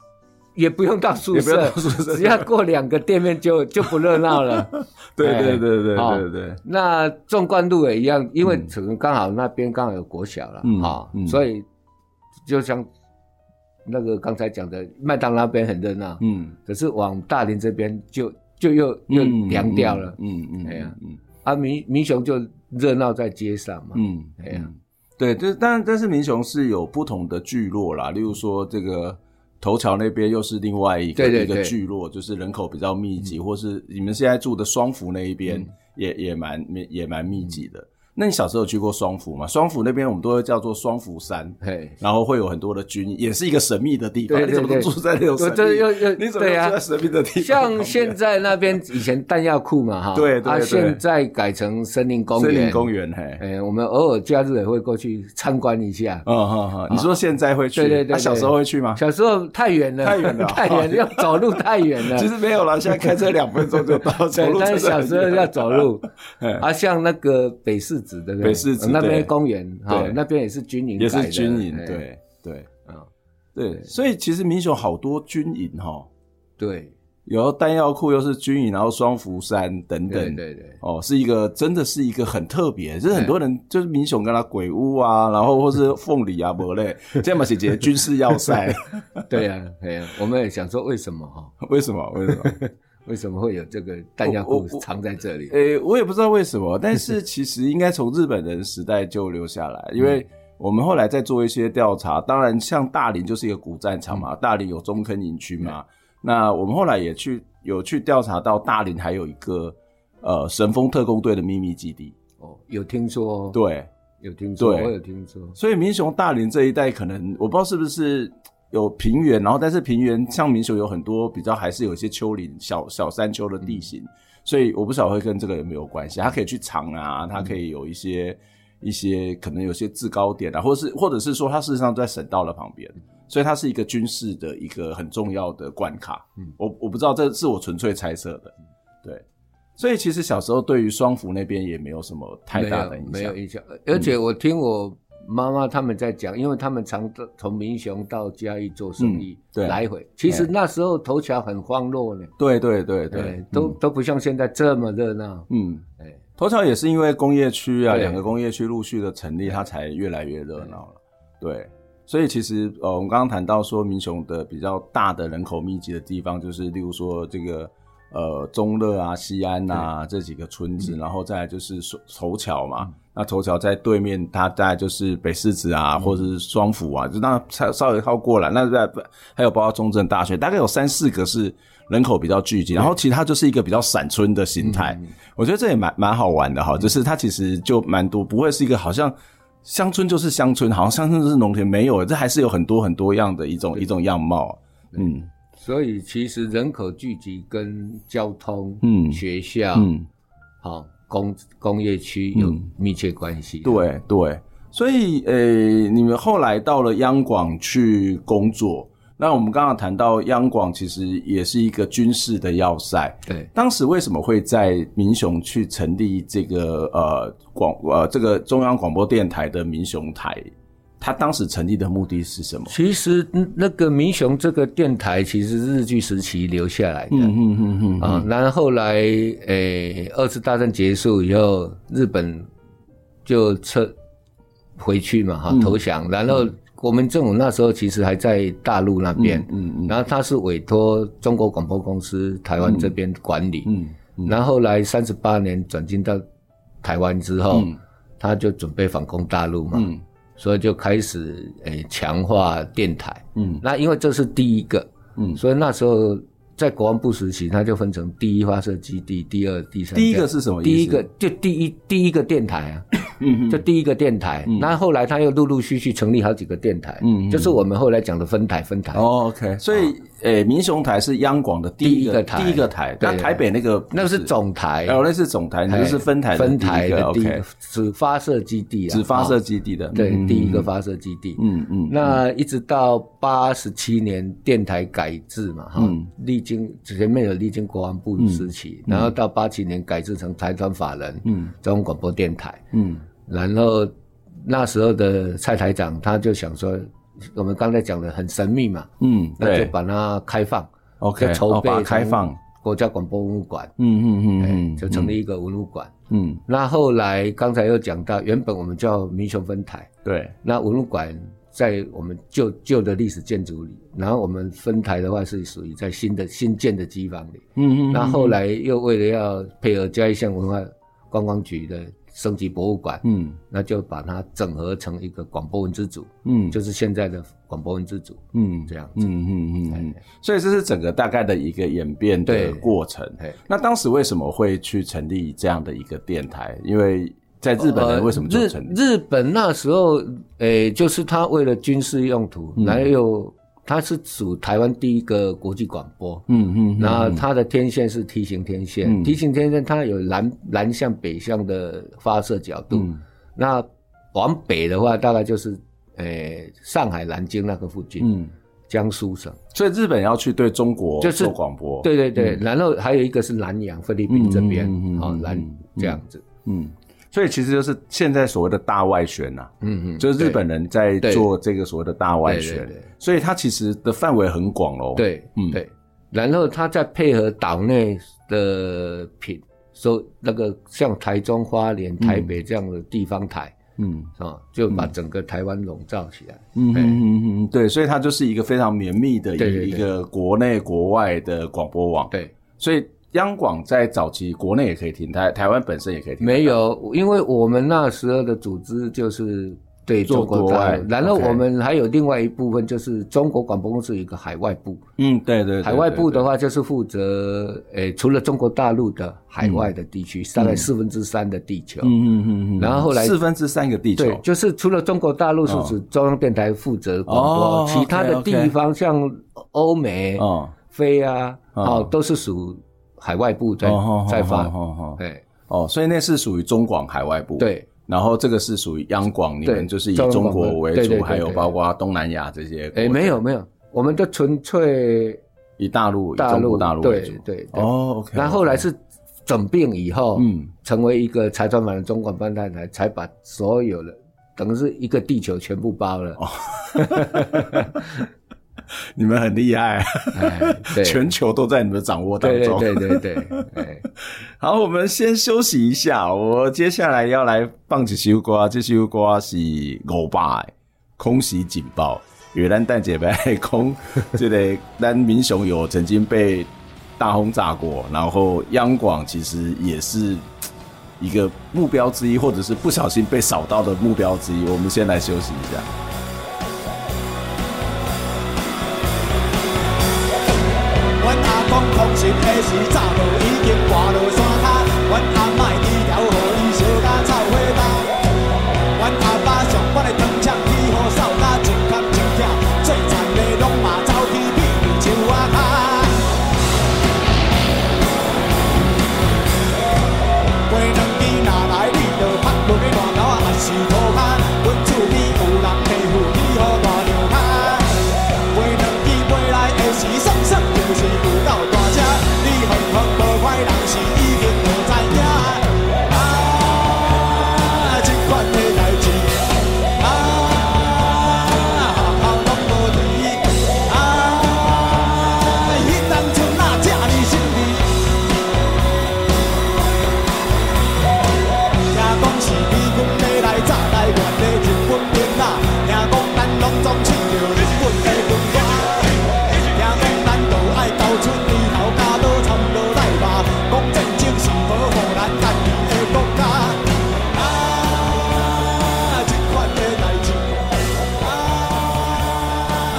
E: 也不用到宿
B: 也不用到，
E: 舍
B: 宿舍
E: 只要过两个店面就就不热 闹了。
B: 对
E: 哎
B: 对对对对
E: 好
B: 对对，
E: 那纵贯路也一样，因为可能刚好那边刚好有国小了啊、
B: 嗯
E: 哈
B: 嗯
E: 所以就像那个刚才讲的，麦当劳那边很热闹，
B: 嗯，
E: 可是往大林这边就就又又
B: 嗯
E: 凉掉了、
B: 嗯嗯，
E: 哎呀
B: 嗯嗯
E: 啊。民民雄就热闹在街上嘛，
B: 嗯，
E: 哎呀
B: 嗯对，就是但但是民雄是有不同的聚落啦，例如说这个头桥那边又是另外一个
E: 对对嗯
B: 一个
E: 对
B: 聚落，就是人口比较密集，或是你们现在住的双福那一边、
E: 嗯
B: 也也蛮也蛮密集的。那你小时候有去过双福吗？双福那边我们都会叫做双福山。
E: 嘿，
B: 然后会有很多的军，也是一个神秘的地方。
E: 对对
B: 你怎么
E: 对
B: 都住在那种神
E: 我
B: 秘？
E: 这又又
B: 你怎么
E: 对
B: 都
E: 啊
B: 住在神秘的地方旁边？
E: 像现在那边以前弹药库嘛哈，
B: 对对
E: 啊，
B: 对
E: 现在改成森林公
B: 森
E: 园，
B: 林公，园，嘿，
E: 哎，我们偶尔假日也会过去参观一下，
B: 嗯哼哼，你说现在会去？
E: 对对对对
B: 那小时候会去吗？
E: 小时候太远了，
B: 啊太远 了啊
E: 太远了，要走路太 远了。
B: 其实没有啦，现在开车两分钟就 到，走
E: 对
B: 路，
E: 但是
B: 真的
E: 小
B: 很
E: 时候
B: 远
E: 要走 路
B: 嗯，
E: 啊，像那个北市子对不对？
B: 北市子
E: 那边
B: 对
E: 公园哈
B: 对，
E: 那边也是军营，哎
B: 也是军营，，对对
E: 嗯
B: 对，所以其实民雄好多军营哈，
E: 对
B: 然后弹药库又是军营，然后双福山等
E: 对
B: 等，
E: 对对，
B: 哦，是一个真的是一个很特别，就是很多人就是民雄跟他鬼屋啊，然后或是凤梨啊，伯类，这么姐姐军事要塞，
E: 啊对呀对呀，我们也想说为什么哈？
B: 为什么？为什么？
E: 为什么会有这个弹药
B: 我
E: 库
B: 我呃我
E: 藏在这里？
B: 诶、我也不知道为什么，但是其实应该从日本人时代就留下来，因为我们后来在做一些调查，当然像大林就是一个古战场嘛，大林有中坑营区嘛，那我们后来也去有去调查到大林还有一个呃神风特工队的秘密基地，
E: 哦，有听说，，
B: 对，
E: 有听说，
B: 对
E: 我有听说，
B: 所以民雄大林这一带可能我不知道是不是。有平原，然后但是平原像民雄有很多比较还是有一些丘陵、小小山丘的地
E: 嗯
B: 形，所以我不晓得会跟这个有没有关系。它可以去藏啊，它可以有一些一些可能有些制高点啊，或是或者是说它事实上在省道的旁边，所以它是一个军事的一个很重要的关卡。嗯，我我不知道这是我纯粹猜测的，对。所以其实小时候对于双福那边也没有什么太
E: 没
B: 大
E: 有
B: 的影
E: 没
B: 响
E: 有，印象，而且我听我妈妈他们在讲，因为他们常到从民雄到嘉义做生意，
B: 嗯对
E: 来回。其实那时候头桥很荒落呢，
B: 对对对对
E: 对，，哎都
B: 嗯
E: 都不像现在这么热闹。
B: 嗯，
E: 哎，
B: 头条也是因为工业区啊，
E: 对
B: 两个工业区陆续的成立，它才越来越热闹了。对，所以其实呃，我们刚刚谈到说，民雄的比较大的人口密集的地方，就是例如说这个呃中乐啊、西安啊这几个村子，然后再来就是首头桥嘛。那头桥在对面，它大概就是北市子啊，或者是双府啊，就那稍稍微靠过来，那在还有包括中正大学，大概有三四个是人口比较聚集，然后其他就是一个比较散村的形态。我觉得这也蛮蛮好玩的哈，就是它其实就蛮多，不会是一个好像乡村就是乡村，好像乡村就是农田，没有，这还是有很多很多样的一种一种样貌。嗯
E: 所以其实人口聚集跟交通、
B: 嗯
E: 学校、
B: 嗯，
E: 好、工工业区有
B: 嗯
E: 密切关系。
B: 对对，所以呃，你们后来到了央广去工作，那我们刚刚谈到央广其实也是一个军事的要塞，
E: 对，
B: 当时为什么会在民雄去成立这个呃广呃这个中央广播电台的民雄台？他当时成立的目的是什么？
E: 其实嗯那个民雄这个电台其实是日据时期留下来的。
B: 嗯嗯嗯
E: 啊、然后后来，诶、二次大战结束以后，日本就撤回去嘛，
B: 嗯
E: 哈，投降。然后国民政府那时候其实还在大陆那边，
B: 嗯嗯
E: 然后他是委托中国广播公司台湾这边管理，
B: 嗯
E: 然后后来三十八年转进到台湾之后，
B: 嗯
E: 他就准备反攻大陆嘛，
B: 嗯
E: 所以就开始诶强、化电台。
B: 嗯
E: 那因为这是第一个，
B: 嗯
E: 所以那时候在国防部时期，它就分成第一发射基地、第二、第三。
B: 第一个是什么意思
E: 第一个就第一第一个电台啊，
B: 嗯
E: 就第一个电台。那后来他又陆陆续续成立好几个电台，
B: 嗯嗯
E: 就是我们后来讲的分台分台。
B: 哦，OK，所以诶，民雄台是央广的第一个
E: 第一个台
B: 第一个台，
E: 对
B: 那台北那个
E: 那个是总台，
B: 哦，那是总台，那就是分台的
E: 分台
B: 第一
E: 的
B: 个
E: 第一个
B: OK，
E: 只发射基地啊，
B: 只发射
E: 哦
B: 基地的，
E: 对
B: 嗯
E: 第一个，发射基地。
B: 嗯嗯，
E: 那一直到八十七年电台改制嘛，哈、
B: 嗯
E: 历经前面有历经国防部时期，然后到八七年改制成财团法人，
B: 嗯
E: 嗯，中央广播电台，
B: 嗯
E: 然后那时候的蔡台长他就想说，我们刚才讲的很神秘嘛，
B: 嗯，
E: 那就
B: 对
E: 把它开放，
B: ，OK，
E: 就筹
B: 哦
E: 备
B: 把它开
E: 成
B: 放，
E: 国家广播文物馆，
B: 嗯嗯嗯
E: 嗯，
B: 嗯，
E: 就成立一个文物馆。
B: 嗯，嗯，
E: 那后来刚才又讲到，原本我们叫民雄分台，
B: 对，
E: 那文物馆在我们旧旧的历史建筑里，然后我们分台的话是属于在新的新建的机房里。
B: 嗯嗯，
E: 那后来又为了要配合嘉义县文化观光局的升级博物馆，
B: 嗯
E: 那就把它整合成一个广播文字组，
B: 嗯，
E: 就是现在的广播文字组
B: 嗯
E: 这样子。
B: 嗯嗯嗯嗯
E: 哎，
B: 所以这是整个大概的一个演变的
E: 对
B: 过程。
E: 哎
B: 那当时为什么会去成立这样的一个电台？因为在日本人为什么就
E: 呃日
B: 成立？
E: 日本那时候，诶、就是他为了军事用途，
B: 嗯
E: 然后又他是属台湾第一个国际广播，
B: 嗯嗯，
E: 那它的天线是梯形天线，
B: 嗯
E: 梯形天线它有南南向北向的发射角度。
B: 嗯
E: 那往北的话，大概就是诶、上海、南京那个附近，
B: 嗯，
E: 江苏省。
B: 所以日本要去对中国
E: 就是
B: 做广播。
E: 对，对对，然后还有一个是南洋菲律宾这边，
B: 嗯嗯嗯嗯嗯
E: 好、
B: 嗯
E: 南、
B: 嗯
E: 这样子。
B: 嗯，所以其实就是现在所谓的大外宣呐、
E: 嗯嗯，
B: 就是日
E: 对
B: 本人在
E: 对
B: 做这个所谓的大外
E: 对
B: 宣
E: 对对，
B: 所以它其实的范围很广喽。，
E: 对，
B: 嗯
E: 对。然后他再配合岛内的品，说那个像台中、花莲、台北这样的地方台
B: 嗯
E: 啊、就把整个台湾笼罩起来。
B: 嗯嗯嗯嗯，对，所以它就是一个非常绵密的
E: 对对
B: 一
E: 对
B: 个国内国外的广播网。
E: 对，
B: 所以央广在早期国内也可以听，台台湾本身也可以听。
E: 没，有，因为我们那时候的组织就是对
B: 做
E: 中国
B: 国
E: 大
B: 外
E: 陆，然后
B: OK
E: 我们还有另外一部分就是中国广播公司有一个海外部，
B: 嗯，对对对
E: 海外部的
B: 话，
E: 话就是负责诶、除了中国大陆的海外的地区，大概四分之三的地球。
B: 嗯嗯嗯嗯嗯，
E: 然后后来
B: 四分之三个地球
E: 对，，就是除了中国大陆是
B: 哦
E: 指中央电台负责广播，
B: 哦
E: 其他的
B: OK，OK
E: 地方像欧美、
B: 哦，
E: 非啊，
B: 哦
E: 哦，都是属海外部在
B: 哦
E: 在发
B: 哦。哦哦
E: 哎，
B: 哦，所以那是属于中广海外部，
E: 对，
B: 然后这个是属于央广，你
E: 对
B: 们就是以
E: 中
B: 中
E: 广
B: 国
E: 的
B: 为主，
E: 对对对
B: 还有
E: 对
B: 包括东南亚这些。
E: 哎，没有，没有，我们都纯粹
B: 以大陆、以
E: 大
B: 中
E: 陆
B: 国大陆为
E: 对
B: 主。
E: 对对。
B: 哦，OK。
E: 然后后来是整并以后，
B: 嗯，
E: 成为一个财团版的中广办电台，才把所有的等于是一个地球全部包了。
B: 哦你们很厉害，
E: 哎，对，
B: 全球都在你们的掌握当
E: 对
B: 中。
E: 对对对对，哎，
B: 好，我们先休息一下，我接下来要来放几首歌，啊这首歌是五百空袭警报，因为咱蛋姐白空，这个咱民雄有曾经被大轰炸过，然后央广其实也是一个目标之一，或者是不小心被扫到的目标之一。我们先来休息一下。
F: 阮阿公空袭的时，早就已经跋落山骹。阮阿嬷医疗，予伊烧甲臭火焦。阮阿爸上班的糖厂，伊予扫甲一空一隙，最惨的拢嘛走去避避树仔骹。鸡卵机若来，你着拍落去烂头啊，还是涂骹？阮厝边有人地富，你予大牛骹。鸡卵机飞来的时，算算就是有够大只，你远远无看人是已经无知影。啊，这款的代志，啊，学校拢无钱，啊，迄当初哪遮尔心利？听讲是美军要来炸台湾的日本兵仔，听讲咱拢总穿着日本的军服，听讲咱就爱交出猪头加刀掺落来吧，讲战争是无互咱家己的国家。啊，这款的代志，啊，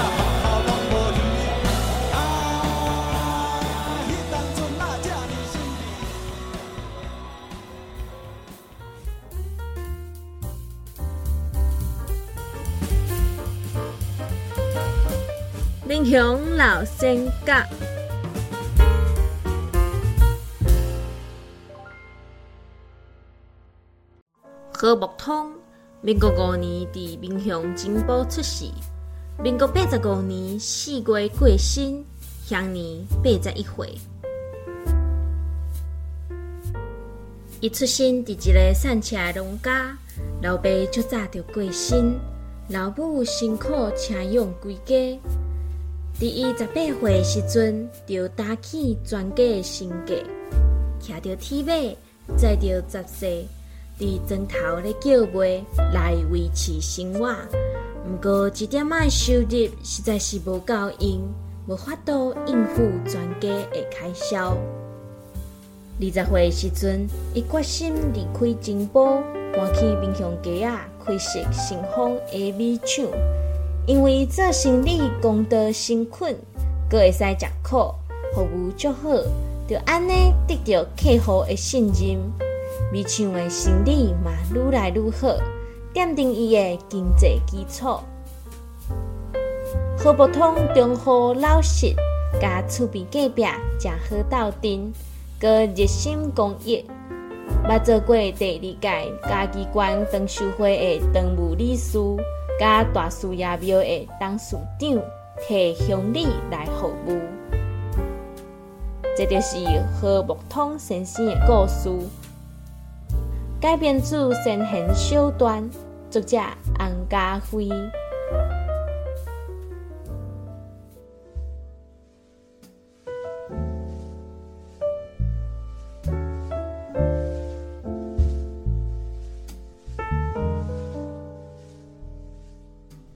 F: 学校拢无钱，啊，迄当阵哪遮尔心利？
G: 林雄老先甲。何木通，民国五年伫民雄金宝出世，民国八十五年四月过身，享年八十一岁。伊出生伫一个散车的农家，老爸较早就过身，老母辛苦请养规家。伫伊十八岁的时阵，就打起全家的身家，骑着铁马，载着杂碎，伫砖头咧叫卖来维持生活。毋过一点仔的收入实在是无够用，无法度应付全家的开销。二十岁时阵，伊决心离开金宝，搬去民雄街啊，开设信丰的米厂。因为做生理工作辛苦，阁会使食苦，服务足好，就安尼得到客户的信任。米厂的生意嘛愈来愈好，奠定伊的经济基础。何伯通忠厚老实，甲厝边隔壁食好斗阵，阁热心公益。捌做过第二届嘉义县长寿会的常务理事，甲大树爷庙的董事长，替乡里来服务。这就是何木通先生的故事，改编自《先贤小段》，作者洪家辉。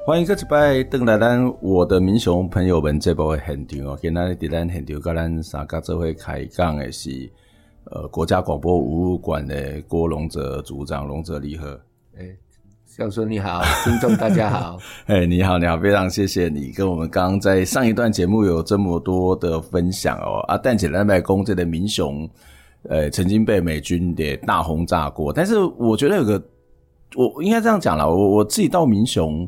B: 欢迎各一摆登来咱我的民雄朋友们这部的现场哦，今仔日伫咱现场，甲咱三甲做伙开讲的是呃国家广播博物馆的郭龙哲组长，龙哲你好。
E: 教授你好，听众大家好，
B: 哎，你好，你好，非常谢谢你跟我们刚刚在上一段节目有这么多的分享哦。啊，但简单白宫这的民雄，呃，曾经被美军给大轰炸过，但是我觉得有个，我应该这样讲啦，我我自己到民雄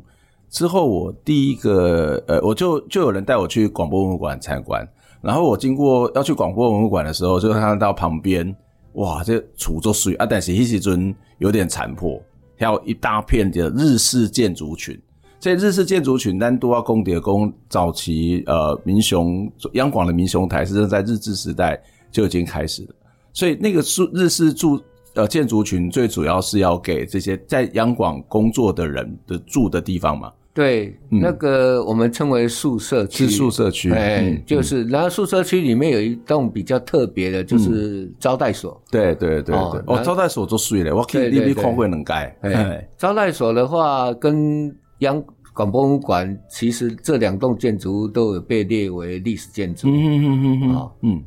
B: 之后，我第一个呃，我就就有人带我去广播文物馆参观，然后我经过要去广播文物馆的时候，就看到旁边哇，这厝做水啊，但是迄时阵有点残破。还有一大片的日式建筑群。这日式建筑群，啊咱都要供迭供早期呃民雄央广的民雄台，是在日治时代就已经开始的。所以那个住日式住呃建筑群，最主要是要给这些在央广工作的人的住的地方嘛，
E: 对，
B: 嗯
E: 那个我们称为宿舍区，
B: 是宿舍区。
E: 哎
B: 嗯，
E: 就是，然后宿舍区里面有一栋比较特别的，就是招待所。
B: 对对对
E: 哦
B: 对，哦，
E: 那
B: 招待所做水嘞，我去
E: 对
B: 你
E: 对
B: 你
E: 对
B: 看会能改，
E: 哎
B: 哎，
E: 招待所的话，跟央广播文馆，其实这两栋建筑物都有被列为历史建筑。
B: 嗯嗯嗯嗯嗯
E: 哦
B: 嗯，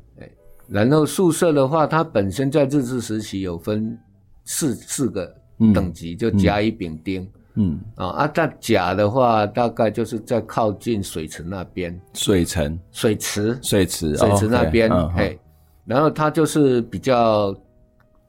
E: 然后宿舍的话，它本身在日治时期有分四四个等级，就甲、乙、丙、丁。
B: 嗯，
E: 啊啊，但甲的话，大概就是在靠近水池那边，
B: 水城
E: 水池
B: 水池
E: 水池那边，
B: 哦
E: 嘿，然后它就是比较，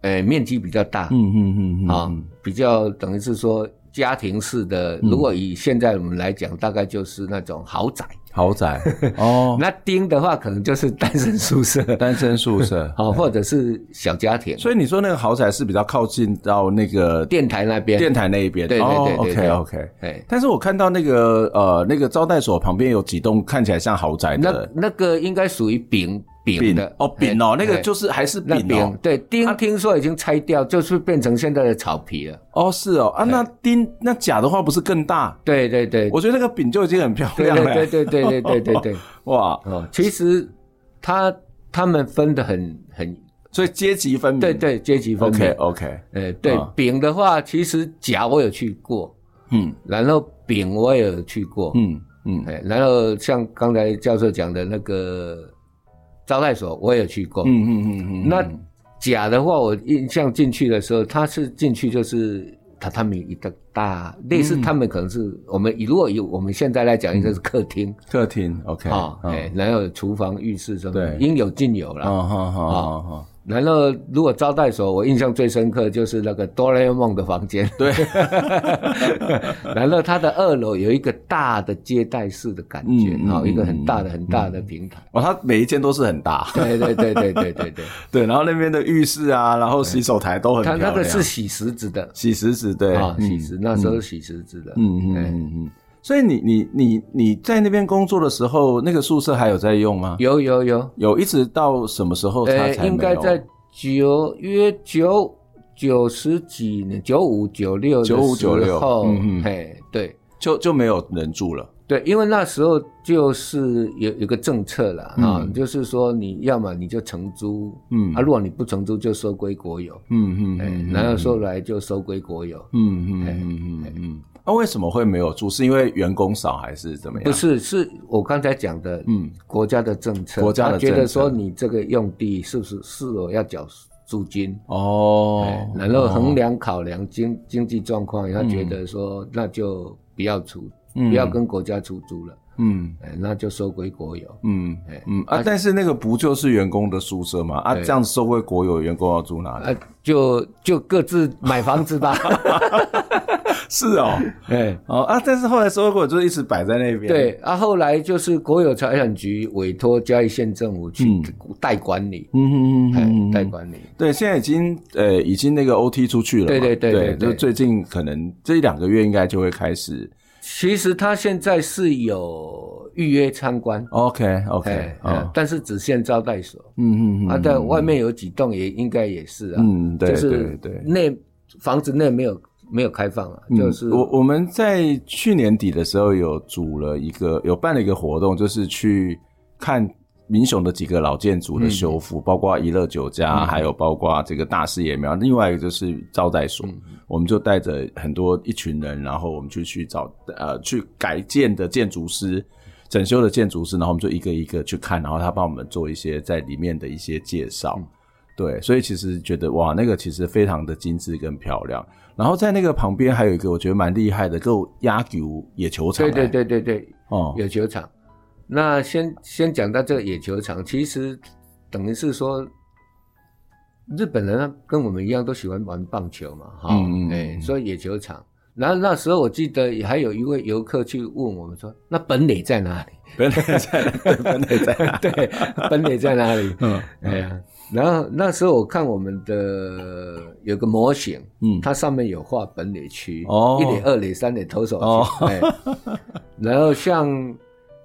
E: 诶、面积比较大，
B: 嗯嗯嗯嗯
E: 啊
B: 嗯，
E: 比较等于是说家庭式的。如果以现在我们来讲，大概就是那种豪宅。
B: 豪宅哦，
E: 那丁的话，可能就是单身宿舍，
B: 单身宿舍。
E: 好，或者是小家庭。
B: 所以你说那个豪宅是比较靠近到那个
E: 电台那边，
B: 电台那一边，
E: 对对对对对
B: o k OK。
E: 哎，
B: 但是我看到那个呃那个招待所旁边有几栋看起来像豪宅
E: 那
B: 的
E: 那个应该属于丙丙的哎
B: 哦饼哦，那个就是是还是
E: 那
B: 饼
E: 丙
B: 哦
E: 对丁，听说已经拆掉，就是变成现在的草皮了。
B: 哦是哦啊那丁那甲的话不是更大？
E: 对对哎对，
B: 我觉得那个饼就已经很漂
E: 对
B: 亮了，
E: 对对对对对对对对
B: 哇！
E: 哦，其实他他们分的很很
B: 所以阶级分明，
E: 对对阶级分
B: 嗯，OK
E: 明。
B: OK，
E: 呃，对
B: 啊
E: 丙的话，其实甲我有去过，
B: 嗯
E: 然后丙我也有去过，
B: 嗯嗯
E: 哎，然后像刚才教授讲的那个招待所，我也去过，
B: 嗯嗯嗯嗯，
E: 哦那甲的话，我印象进去的时候，他是进去就是榻榻米一个大，类
B: 嗯
E: 似他们可能是我们以如果以我们现在来讲，应该是客厅
B: 客厅 OK
E: 啊，
B: 嗯
E: 哎，啊然后有厨房、浴室什么
B: 对，
E: 应有尽有了。
B: 哦好好好好，
E: 然后如果招待所，我印象最深刻就是那个哆啦 A 梦的房间，
B: 对，
E: 然后它的二楼有一个大的接待室的感觉
B: 嗯嗯
E: 啊，
B: 嗯
E: 一个很大
B: 嗯
E: 的很大的平台。
B: 哦，它每一间都是很大，
E: 对对对对对对对，
B: 对，然后那边的浴室啊，然后洗手台都 很
E: 哎它
B: 漂
E: 那
B: 亮。
E: 个是洗石子的
B: 洗石子，对
E: 啊，
B: 嗯
E: 洗石那时候是洗石子的，
B: 嗯嗯
E: 哎
B: 嗯嗯。所以你你你你在那边工作的时候，那个宿舍还有在用吗？
E: 有有有，
B: 有，一直到什么时候它
E: 呃
B: 才，没有
E: 应该在九约九九十几年，九五九六的
B: 95
E: 时候
B: 96嗯嗯
E: 嘿，对
B: 就就没有人住了。
E: 对，因为那时候就是有有个政策了啊、
B: 嗯
E: 就是说你要么你就承租，
B: 嗯
E: 啊，如果你不承租就收归国有，
B: 嗯嗯
E: 哎、
B: 嗯，
E: 然后哎收来就收归国有，
B: 嗯嗯嗯嗯嗯。那、为什么会没有住？是因为员工少还是怎么样？
E: 不，是，是我刚才讲的，
B: 嗯，
E: 国家的政策，
B: 国家的
E: 他觉
B: 政
E: 得
B: 策
E: 说你这个用地是不是是否要缴租金，
B: 哦
E: 哎，然后衡量考量经经济状况，他觉得说那就不要出，
B: 嗯
E: 不要跟国家出租了，
B: 嗯
E: 哎，那就收归国有。
B: 嗯
E: 哎
B: 嗯啊，但是那个不就是员工的宿舍吗？啊，
E: 对
B: 这样子收归国有，员工要住哪里？
E: 啊，就就各自买房 子吧。
B: 是 哦，
E: 哎，
B: 哦啊，但是后来收购就是一直摆在那边。
E: 对，，啊，后来就是国有财产局委托嘉义县政府去代管理，
B: 嗯嗯
E: 哎
B: 嗯，
E: 代
B: 嗯，
E: 管理。
B: 对，现在已经呃已经那个 OT 出去了嘛，
E: 对对对对对
B: 就最近可能这一两个月应该就会开始。
E: 其实他现在是有预约参观，
B: OK 哦 OK，
E: 哎，哎
B: 哦，
E: 但是只限招待所。
B: 嗯嗯嗯，
E: 啊，在外面有几栋也应该也是啊，
B: 嗯对
E: 就是
B: 对对
E: 内房子内没有没有开放啊，
B: 嗯
E: 就是
B: 我我们在去年底的时候有组了一个有办了一个活动，就是去看民雄的几个老建筑的修
E: 嗯
B: 复，包括怡乐酒家，还有包括这个大士爷庙，另外一个就是招待所，
E: 嗯
B: 我们就带着很多一群人，然后我们就去找呃去改建的建筑师。整修的建筑师，然后我们就一个一个去看，然后他帮我们做一些在里面的一些介绍。
E: 嗯
B: 对，所以其实觉得哇，那个其实非常的精致跟漂亮。然后在那个旁边还有一个我觉得蛮厉害的，够压球野球场、
E: 对对
B: 哎，
E: 对对对，
B: 哦，
E: 野球场。那先先讲到这个野球场，其实等于是说，日本人啊跟我们一样都喜欢玩棒球嘛，哈、
B: 嗯嗯嗯
E: 哎，所以野球场。然后那时候我记得还有一位游客去问我们说，那本垒在哪里？
B: 本来在，本来在，
E: 对，本垒在哪里？
B: 嗯，
E: 哎呀，然后那时候我看我们的有个模型，
B: 嗯
E: 它上面有画本垒区，
B: 哦
E: 一垒、二垒、三垒、投手区，
B: 哦
E: 哎，然后像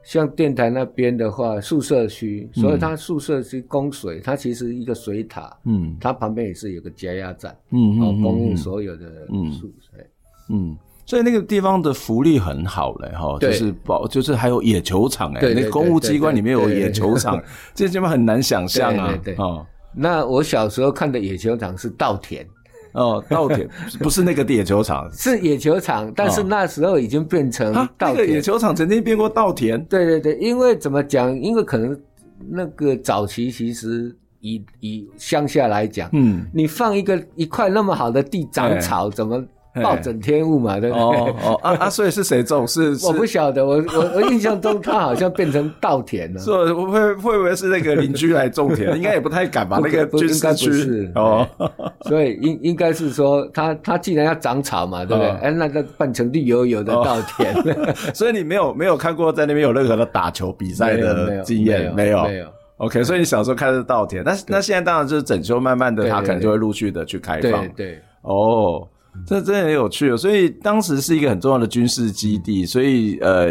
E: 像电台那边的话，宿舍区，所以它宿舍区供水，它其实一个水塔，
B: 嗯
E: 它旁边也是有个加压站，
B: 嗯
E: 然后
B: 嗯
E: 供
B: 嗯
E: 应
B: 嗯
E: 所有的
B: 嗯
E: 宿舍。哎
B: 嗯，所以那个地方的福利很好嘞，哈，就
E: 对
B: 是保，就是还有野球场哎、
E: 对对
B: 那
E: 对
B: 个公务机关里面有野球场
E: 对，
B: 这地方很难想象啊，
E: 对对对
B: 哦
E: 那我小时候看的野球场是稻田，
B: 哦，稻 田不是那个野球场
E: 是野球场，但是
B: 哦
E: 那时候已经变成
B: 啊，
E: 稻
B: 那
E: 田。
B: 个野球场曾经变过稻田，
E: 对对对，因为怎么讲？因为可能那个早期其实以以乡下来讲，
B: 嗯，
E: 你放一个一块那么好的地长草，怎么暴殄天物嘛？对不对？
B: 哎哦哦啊啊，所以是谁种？是是
E: 我不晓得，我我我印象中它好像变成稻田了。
B: 是我会会不会是那个邻居来种 田？应该也不太敢吧？
E: 不
B: 那个
E: 不
B: 军
E: 应该
B: 事
E: 不
B: 区
E: 是
B: 哦，
E: 所以应应该是说，它它既然要长草嘛，对不对？
B: 哦
E: 哎、那个扮成绿油油的稻田，
B: 所以你没有没有看过在那边有任何的打球比赛
E: 没有没
B: 的
E: 有
B: 经验，
E: 没有
B: 有
E: 没有
B: OK，所以你小时候看的是稻田，但是那现在当然就是整修，慢慢的
E: 对
B: 它
E: 对
B: 可能就会陆续的去开
E: 对
B: 放。
E: 对
B: 哦，这真的很有趣哦。所以当时是一个很重要的军事基地，所以呃，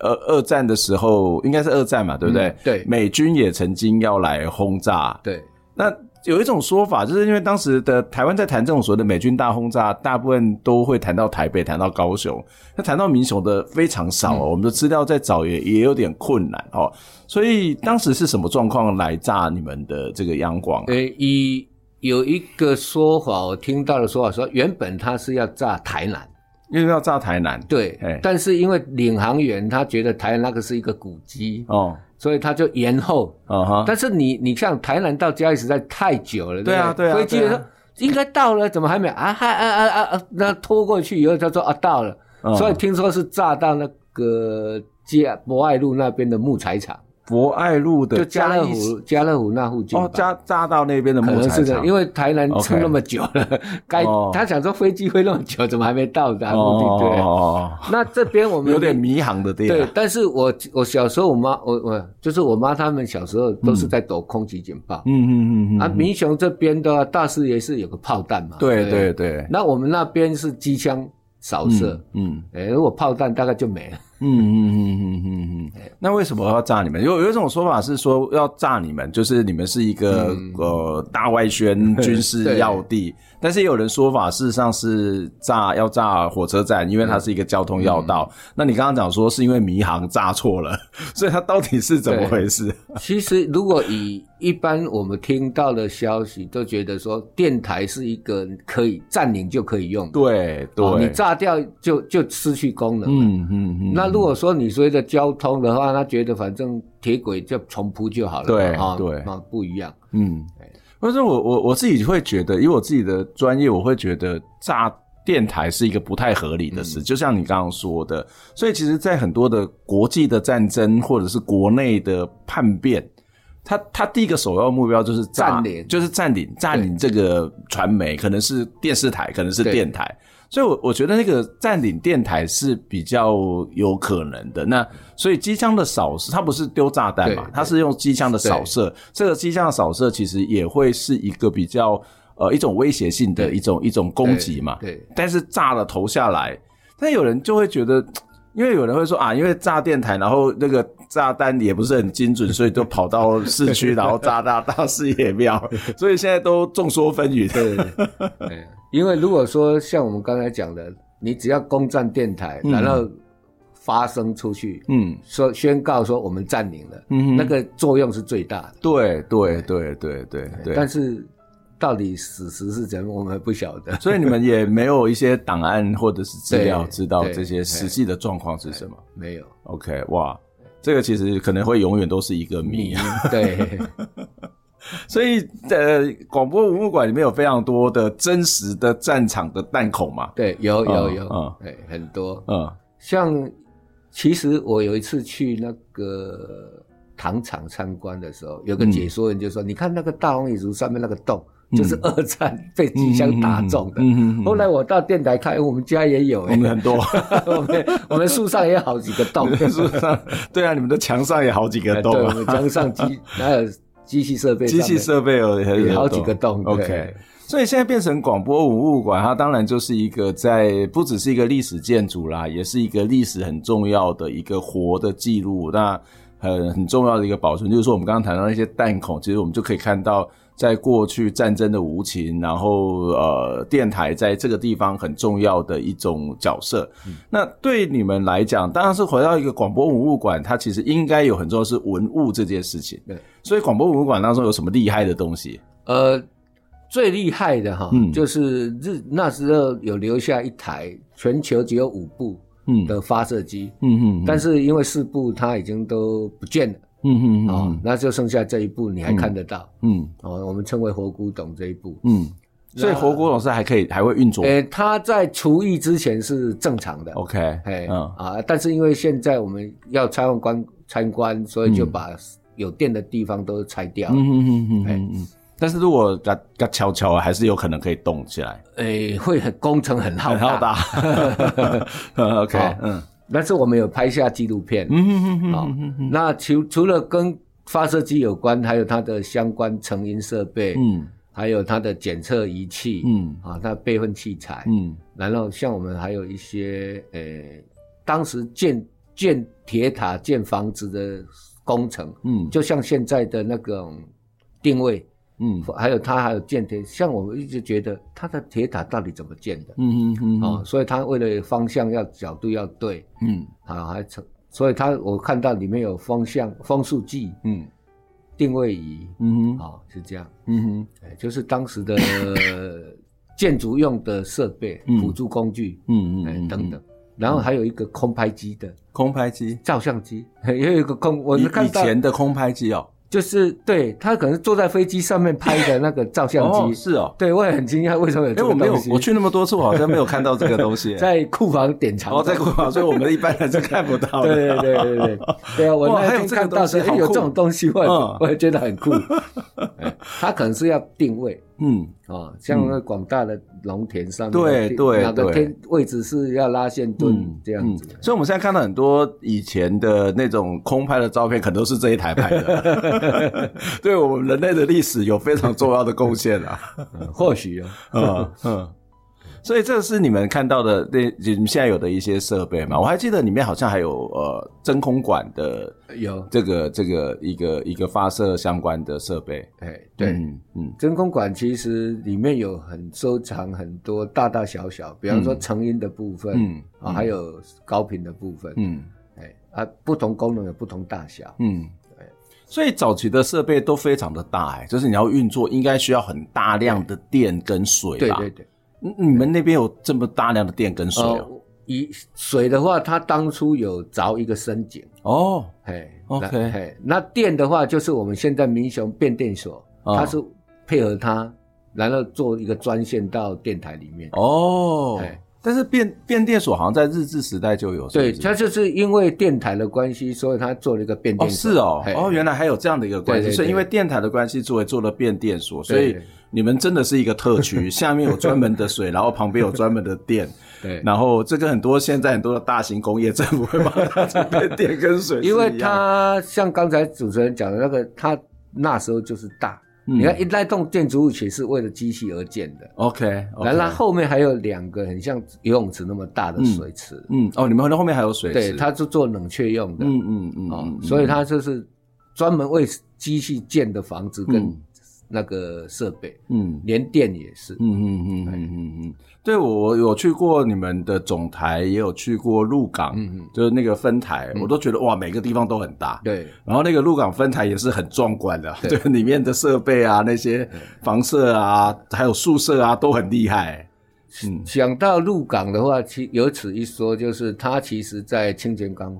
B: 二二战的时候应该是二战嘛，对不对？
E: 嗯对
B: 美军也曾经要来轰炸。
E: 对
B: 那有一种说法，就是因为当时的台湾在谈这种所谓的美军大轰炸，大部分都会谈到台北，谈到高雄，那谈到民雄的非常少、哦，
E: 嗯
B: 我们的资料在找也也有点困难哦。所以当时是什么状况来炸你们的这个央广、啊？
E: 呃，以有一个说法，我听到的说法说，原本它是要炸台南。
B: 因为要炸台南。
E: 对
B: 哎，
E: 但是因为领航员他觉得台南那个是一个古迹，
B: 哦，
E: 所以他就延后。
B: 啊哈，
E: 但是你你像台南到嘉义实在太久了，
B: 对啊
E: 不对
B: 对啊
E: 飞机
B: 对啊
E: 说应该到了，怎么还没有啊？还啊啊啊啊！那拖过去以后，他说啊到了，
B: 嗯
E: 所以听说是炸到那个嘉博爱路那边的木材厂，
B: 博爱路的
E: 就家乐
B: 嘉义市
E: 福家乐福那附近吧
B: 哦，炸炸到那边的
E: 可
B: 木
E: 能
B: 材
E: 是的，
B: 厂，
E: 因为台南
B: OK
E: 撑那么久了，该
B: 哦
E: 他想说飞机飞那么久，怎么还没到达目的地？对。
B: 哦，
E: 那这边我们
B: 有点迷航的地
E: 对
B: 方，，
E: 但是我我小时候，我妈我我就是我妈他们小时候都是在躲空袭警报、
B: 嗯嗯嗯嗯
E: 啊。民雄这边的话大师也是有个炮弹嘛，
B: 对
E: 不
B: 对。对，
E: 那我们那边是机枪扫射，
B: 嗯
E: 哎、如果炮弹大概就没了。
B: 嗯嗯嗯嗯嗯嗯，那为什么要炸你们？有有一种说法是说要炸你们，就是你们是一个呃大外 宣军事
E: 对
B: 要地，但是也有人说法事实上是炸要炸火车站，因为它是一个交通要道。那你刚刚讲说是因为迷航炸错了， 所以它到底是怎么
E: 对
B: 回事？
E: 其实如果以一般我们听到的消息，都觉得说电台是一个可以占领就可以用的，
B: 对
E: 哦
B: 对
E: 你，炸掉就就失去功能了。
B: 嗯嗯嗯，
E: 那如果说你随着交通的话，他觉得反正铁轨就重铺就好了嘛，
B: 对
E: 啊
B: 对
E: 啊不一样，
B: 嗯
E: 哎，
B: 或者我我我自己会觉得，以我自己的专业，我会觉得炸电台是一个不太合理的事，
E: 嗯
B: 就像你刚刚说的。所以其实，在很多的国际的战争或者是国内的叛变，他他第一个首要目标就是炸
E: 占领
B: 就是占领占领这个传媒，可能是电视台，可能是电台。所以我，我觉得那个占领电台是比较有可能的。那所以机枪的扫射，它不是丢炸弹嘛
E: 对，
B: 它是用机枪的扫
E: 对
B: 射。这个机枪的扫射其实也会是一个比较呃一种威胁性的
E: 对
B: 一种一种攻击嘛。
E: 对对
B: 但是炸了头下来，但有人就会觉得，因为有人会说啊，因为炸电台，然后那个炸弹也不是很精准，所以就跑到市区， 然后炸大大视野庙，所以现在都众说纷纭。
E: 对， 哎因为如果说像我们刚才讲的，你只要攻占电台，
B: 嗯
E: 然后发声出去，
B: 嗯，
E: 说宣告说我们占领了，
B: 嗯哼
E: 那个作用是最大的。
B: 对对对对对对。
E: 但是到底史实是怎么，我们不晓 得。
B: 所以你们也没有一些档案或者是资料
E: 对
B: 知道
E: 对
B: 这些实际的状况是什么
E: 没有
B: ？OK，哇，这个其实可能会永远都是一个谜。
E: 对
B: 所以呃，广播文物馆里面有非常多的真实的战场的弹孔嘛，
E: 对，有 有
B: 嗯
E: 有
B: 嗯，
E: 对，很多。
B: 嗯
E: 像其实我有一次去那个糖厂参观的时候，有
B: 嗯
E: 个解说员就说：“你看那个大红蚁族上面那个洞，就是二战被机枪打中的。
B: 嗯嗯嗯嗯嗯
E: 后来我到电台看，我们家也有、欸
B: 我们很多，
E: 我们我们树上也有好几个洞， 哎
B: 树上对啊，你们的墙上也好几个洞
E: 对，我
B: 啊，
E: 们墙上机还有机器设备 上
B: 机
E: 面，
B: 器设备有很
E: 有
B: 有
E: 好几个洞对
B: OK，所以现在变成广播文物馆，它当然就是一个在不只是一个历史建筑啦，也是一个历史很重要的一个活的记录。那很很重要的一个保存，就是说我们刚刚谈到那些弹孔，其实我们就可以看到，在过去战争的无情，然后呃，电台在这个地方很重要的一种角色。
E: 嗯
B: 那对你们来讲，当然是回到一个广播文物馆，它其实应该有很重要的是文物这件事情。
E: 对，
B: 所以广播文物馆当中有什么厉害的东西？
E: 呃，最厉害的哈，
B: 嗯
E: 就是日那时候有留下一台全球只有五部
B: 嗯
E: 的发射机，
B: 嗯嗯，
E: 但是因为四部它已经都不见了
B: 嗯嗯
E: 啊、
B: 嗯
E: 那就剩下这一部你还看得到、
B: 嗯
E: 哦，我们称为活古董这一部。
B: 嗯，哎所以
E: 那
B: 活锅老师还可以还会运作。
E: 呃，它在除役之前是正常的
B: OK，
E: 哎、
B: 嗯
E: 啊，但是因为现在我们要参观参观，所以就把有电的地方都拆掉。
B: 嗯嗯嗯嗯
E: 哎
B: 嗯嗯。但是如果嘎嘎悄悄，还是有可能可以动起来，
E: 诶、会很工程很浩
B: 很浩大。OK，
E: 好
B: 嗯
E: 但是我们有拍下纪录片，
B: 嗯嗯嗯
E: 好
B: 嗯嗯
E: 那除除了跟发射机有关，还有它的相关成音设备，
B: 嗯
E: 还有它的检测仪器，
B: 嗯
E: 啊，它的备份器材，
B: 嗯
E: 然后像我们还有一些呃，当时建建铁塔、建房子的工程，
B: 嗯
E: 就像现在的那种定位，
B: 嗯
E: 还有它还有建铁，像我们一直觉得它的铁塔到底怎么建的啊、
B: 嗯嗯
E: 哦所以它为了方向要角度要对
B: 嗯
E: 啊，还成，所以它我看到里面有风向、风速计、
B: 嗯
E: 定位仪，
B: 嗯
E: 哦，是这样。
B: 嗯
E: 哎，就是当时的 建筑用的设备、
B: 嗯
E: 辅助工具，
B: 嗯
E: 哎
B: 嗯
E: 等等，然后还有一个空拍机的
B: 空拍机，
E: 照相机，也 有一个空，我
B: 以
E: 是看
B: 嗯以
E: 到
B: 前的空拍机哦，
E: 就是对他可能坐在飞机上面拍的那个照相
B: 哦
E: 机，
B: 是哦，
E: 对我也很惊讶为什么有
B: 哎
E: 这
B: 我
E: 个
B: 没有
E: 东西。
B: 我去那么多处，好像没有看到这个东 西。
E: 在库房典藏
B: 哦，
E: 的，
B: 在国宝，所以我们一般人是看不到 的。
E: 对对对对对对，对啊！我
B: 哇还
E: 那
B: 有
E: 天
B: 这个
E: 看到
B: 东西
E: 是哎
B: 好
E: 有
B: 酷
E: 这种东西，我也
B: 嗯
E: 我也觉得 很酷。哎他可能是要定位，
B: 嗯
E: 哦，像那广大的农田上面，
B: 对
E: 地
B: 对
E: 哪个
B: 对
E: 天位置是要拉线
B: 嗯
E: 墩这样子
B: 嗯，。所以我们现在看到很多以前的那种空拍的照片，可能都是这一台拍 的，对我们人类的历史有非常重要的贡献啊。
E: 嗯或许哦，
B: 嗯嗯，所以这是你们看到的那你们现在有的一些设备嘛？我还记得里面好像还有呃真空管的
E: 有
B: 这个这个一个一个发射相关的设备。
E: 哎，对，
B: 嗯嗯
E: 真空管其实里面有很收藏很多大大小小，比方说
B: 嗯
E: 成音的部分，
B: 嗯
E: 啊，还有高频的部分，
B: 嗯
E: 哎，啊，不同功能有不同大小，
B: 嗯，所以早期的设备都非常的大、哎，就是你要运作，应该需要很大量的电跟水
E: 对
B: 吧？
E: 对对，
B: 嗯你们那边有这么大量的电跟水
E: 呃
B: 哦？，
E: 以水的话，它当初有凿一个深井，
B: 哦，
E: 嘿
B: OK
E: 那嘿，那电的话就是我们现在民雄变电所，
B: 哦
E: 它是配合它，然后做一个专线到电台里面。
B: 哦
E: 哎
B: 但是变变电所好像在日治时代就有，
E: 对，
B: 是不是
E: 它就是因为电台的关系，所以它做了一个变
B: 哦
E: 电所。
B: 是哦
E: 嘿
B: 哦，原来还有这样的一个关系，
E: 对对对
B: 所以因为电台的关系，作为做了变电所，所
E: 对
B: 以你们真的是一个特 区，下面有专门的水，然后旁边有专门的电，
E: 对，
B: 然后这个很多现在很多的大型工业，政府会帮它准备电跟水是一
E: 因
B: 样的，
E: 为它像刚才主持人讲的那个，它那时候就是大。
B: 嗯哦
E: 你看，一那栋建筑物其实是为了机器而建的，
B: OK，
E: 然后它后面还有两个很像游泳池那么大的
B: 嗯
E: 水池，
B: 嗯哦，你们后面还有水池，
E: 对，它是做冷却用的。
B: 嗯嗯嗯
E: 哦
B: 嗯，嗯
E: 所以它就是专门为机器建的房子跟
B: 嗯
E: 那个设备，
B: 嗯
E: 连电也是
B: 嗯。嗯嗯嗯嗯嗯，对我我有去过你们的总台，也有去过鹿港，
E: 嗯嗯
B: 就是那个分台，我都觉得哇，每个地方都很大。
E: 对，
B: 然后那个鹿港分台也是很壮观的，
E: 对
B: 对，里面的设备啊，那些房舍啊，还有宿舍啊，都很厉害。嗯
E: 想到鹿港的话，其有此一说，就是它其实在清泉岗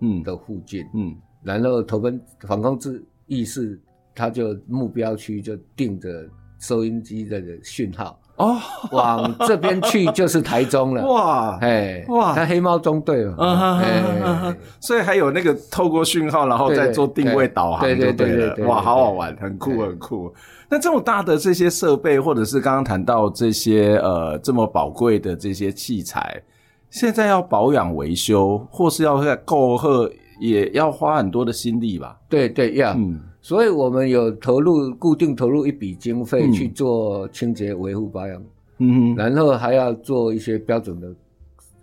B: 嗯
E: 的附近，
B: 嗯
E: 然后投奔反控制意识，它就目标区就定着收音机的讯 号，
B: 哦
E: 往这边去就是台中了。
B: 哇
E: 哎，
B: 哇
E: 它黑猫中队嘛，
B: 啊哈哈
E: 哎
B: 哈哈！所以还有那个透过讯号，然后再做定位导航，
E: 对对
B: 就
E: 对对对
B: 了
E: 对对。对
B: 哇，好好玩，很酷
E: 对
B: 很酷。那这么大的这些设备，或者是刚刚谈到这些呃这么宝贵的这些器材，现在要保养维修，或是要购贺，也要花很多的心力吧？
E: 对对要。
B: 嗯
E: 所以我们有投入固定投入一笔经费
B: 嗯
E: 去做清洁维护保养，
B: 嗯哼
E: 然后还要做一些标准的，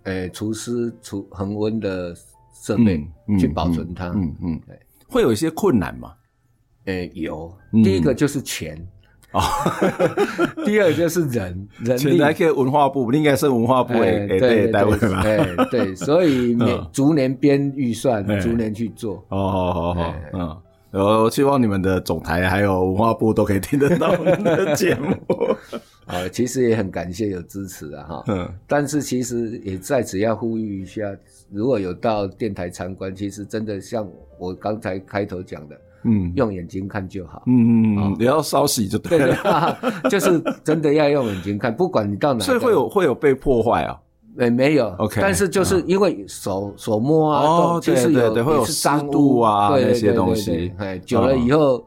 E: 呃，除湿除恒温的设备、
B: 嗯嗯
E: 去保存它。
B: 嗯嗯
E: 对，
B: 会有一些困难嘛？
E: 呃，有、
B: 嗯
E: 第一个就是钱，
B: 哦，
E: 第二就是人，人
B: 现
E: 力。
B: 在可以文化部，应该是文化部
E: 哎
B: 诶诶对单位吧？
E: 哎，对，所以每
B: 嗯
E: 逐年编预算
B: 哎，
E: 逐年去做。
B: 哦，好好好
E: 哎，
B: 嗯。然后希望你们的总台还有文化部都可以听得到我们的节 目。
E: 啊，其实也很感谢有支持啊，哈。
B: 嗯
E: 但是其实也在此要呼吁一下，如果有到电台参观，其实真的像我刚才开头讲的，
B: 嗯
E: 用眼睛看就好。
B: 嗯嗯，也要烧洗就对
E: 哦对
B: 了。
E: 对，就是真的要用眼睛看，不管你到 哪，
B: 所以会有会有被破坏啊。
E: 呃没有
B: OK，嗯
E: 但是就是因为手手摸啊，
B: 哦
E: 都其实
B: 对对
E: 有
B: 对会有
E: 也是脏
B: 湿度啊
E: 对对
B: 那些
E: 对对
B: 东
E: 对
B: 西
E: 哎，久了
B: 嗯
E: 以后，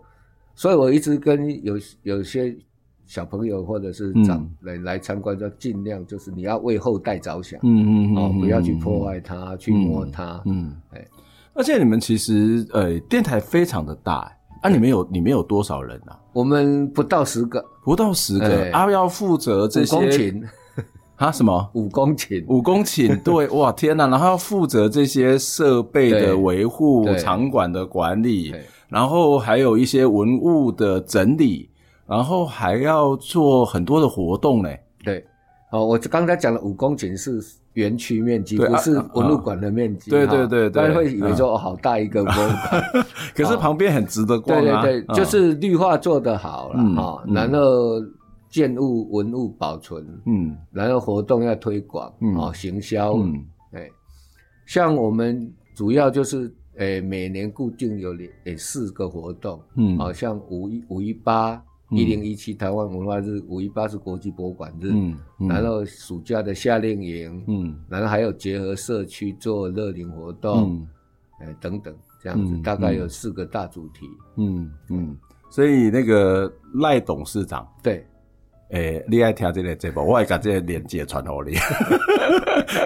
E: 所以我一直跟有有些小朋友或者是长
B: 嗯
E: 来来参观，就尽量就是你要为后代着想，
B: 嗯嗯
E: 哦，不要去破。坏它，去摸它，
B: 嗯
E: 哎，
B: 而且你们其实呃，电台非常的大欸，啊，你们有你们有多少人啊？
E: 我们不到十个，
B: 不到十
E: 哎
B: 个，啊，要负责这
E: 五
B: 些
E: 公顷，
B: 啊什么？
E: 五公顷，
B: 五公顷， 对，哇，天呐！然后要负责这些设备
E: 对
B: 的维护
E: 对、
B: 场馆的管理
E: 对，
B: 然后还有一些文物的整理，然后还要做很多的活动嘞。
E: 对，哦，我刚才讲的五公顷是园区面积，
B: 对
E: 不
B: 啊
E: 是文物馆的面积。
B: 啊啊
E: 哈
B: 对对对对啊
E: 大家会以为说哦好大一个博物馆。
B: 可是旁边很值得
E: 对
B: 逛啊，
E: 哦对对，
B: 嗯
E: 就是绿化做得好了
B: 嗯
E: 哈，
B: 嗯
E: 然后建物文物保存，
B: 嗯
E: 然后活动要推广
B: 嗯，
E: 哦，行销，
B: 嗯
E: 哎，像我们主要就是。诶，每年固定有连诶四个活动，
B: 嗯
E: 好、像五一五一八、一零一七台湾文化日，五一八是国际博物馆日，
B: 嗯嗯
E: 然后暑假的夏令营，
B: 嗯
E: 然后还有结合社区做乐龄活动，
B: 嗯
E: 哎、等等，这样子、
B: 嗯
E: 大概有四个大主题。
B: 嗯嗯，所以那个赖董事长。
E: 对，
B: 诶、你爱听这个节目，我会把这个链接传给你，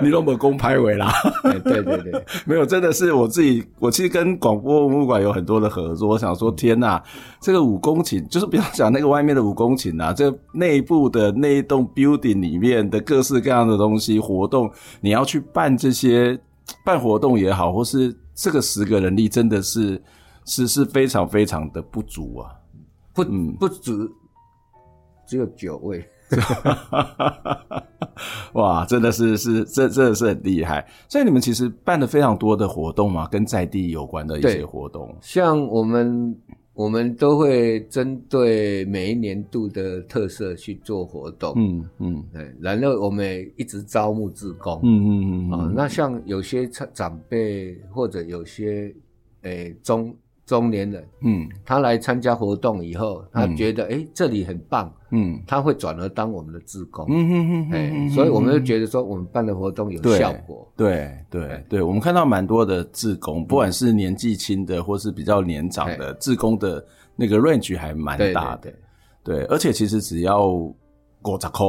B: 你都没公拍回啦。
E: 哎对对对，
B: 没有，真的是我自己，我其实跟广播文物馆有很多的合作。我想说，天呐，这个五公顷，就是不要讲那个外面的五公顷啊，这内部的那一栋 building 里面的各式各样的东西活动，你要去办这些办活动也好，或是这个十个人力，真的是是是非常非常的不足啊。
E: 不、
B: 嗯
E: 不止只有九位，
B: 哇，真的是是这真的是很厉害。所以你们其实办了非常多的活动嘛，跟在地有关的一
E: 对
B: 些活动。
E: 像我们我们都会针对每一年度的特色去做活动，
B: 嗯嗯
E: 哎，然后我们也一直招募志工，
B: 嗯嗯嗯嗯
E: 啊、那像有些长长辈或者有些诶、中中年人，
B: 嗯
E: 他来参加活动以后，他
B: 嗯
E: 觉得诶这里很棒，
B: 嗯
E: 他会转而当我们的志工，
B: 嗯嗯嗯
E: 哎、
B: 嗯，
E: 所以我们就
B: 得
E: 觉得说我们办的活动有
B: 对
E: 效果，哎嗯
B: 对对对，我们看到蛮多的志工，不管是年纪轻的，或是比较年长的，志工的那个 range 还蛮
E: 哎对
B: 大
E: 对
B: 的。对，而且其实只要五十块，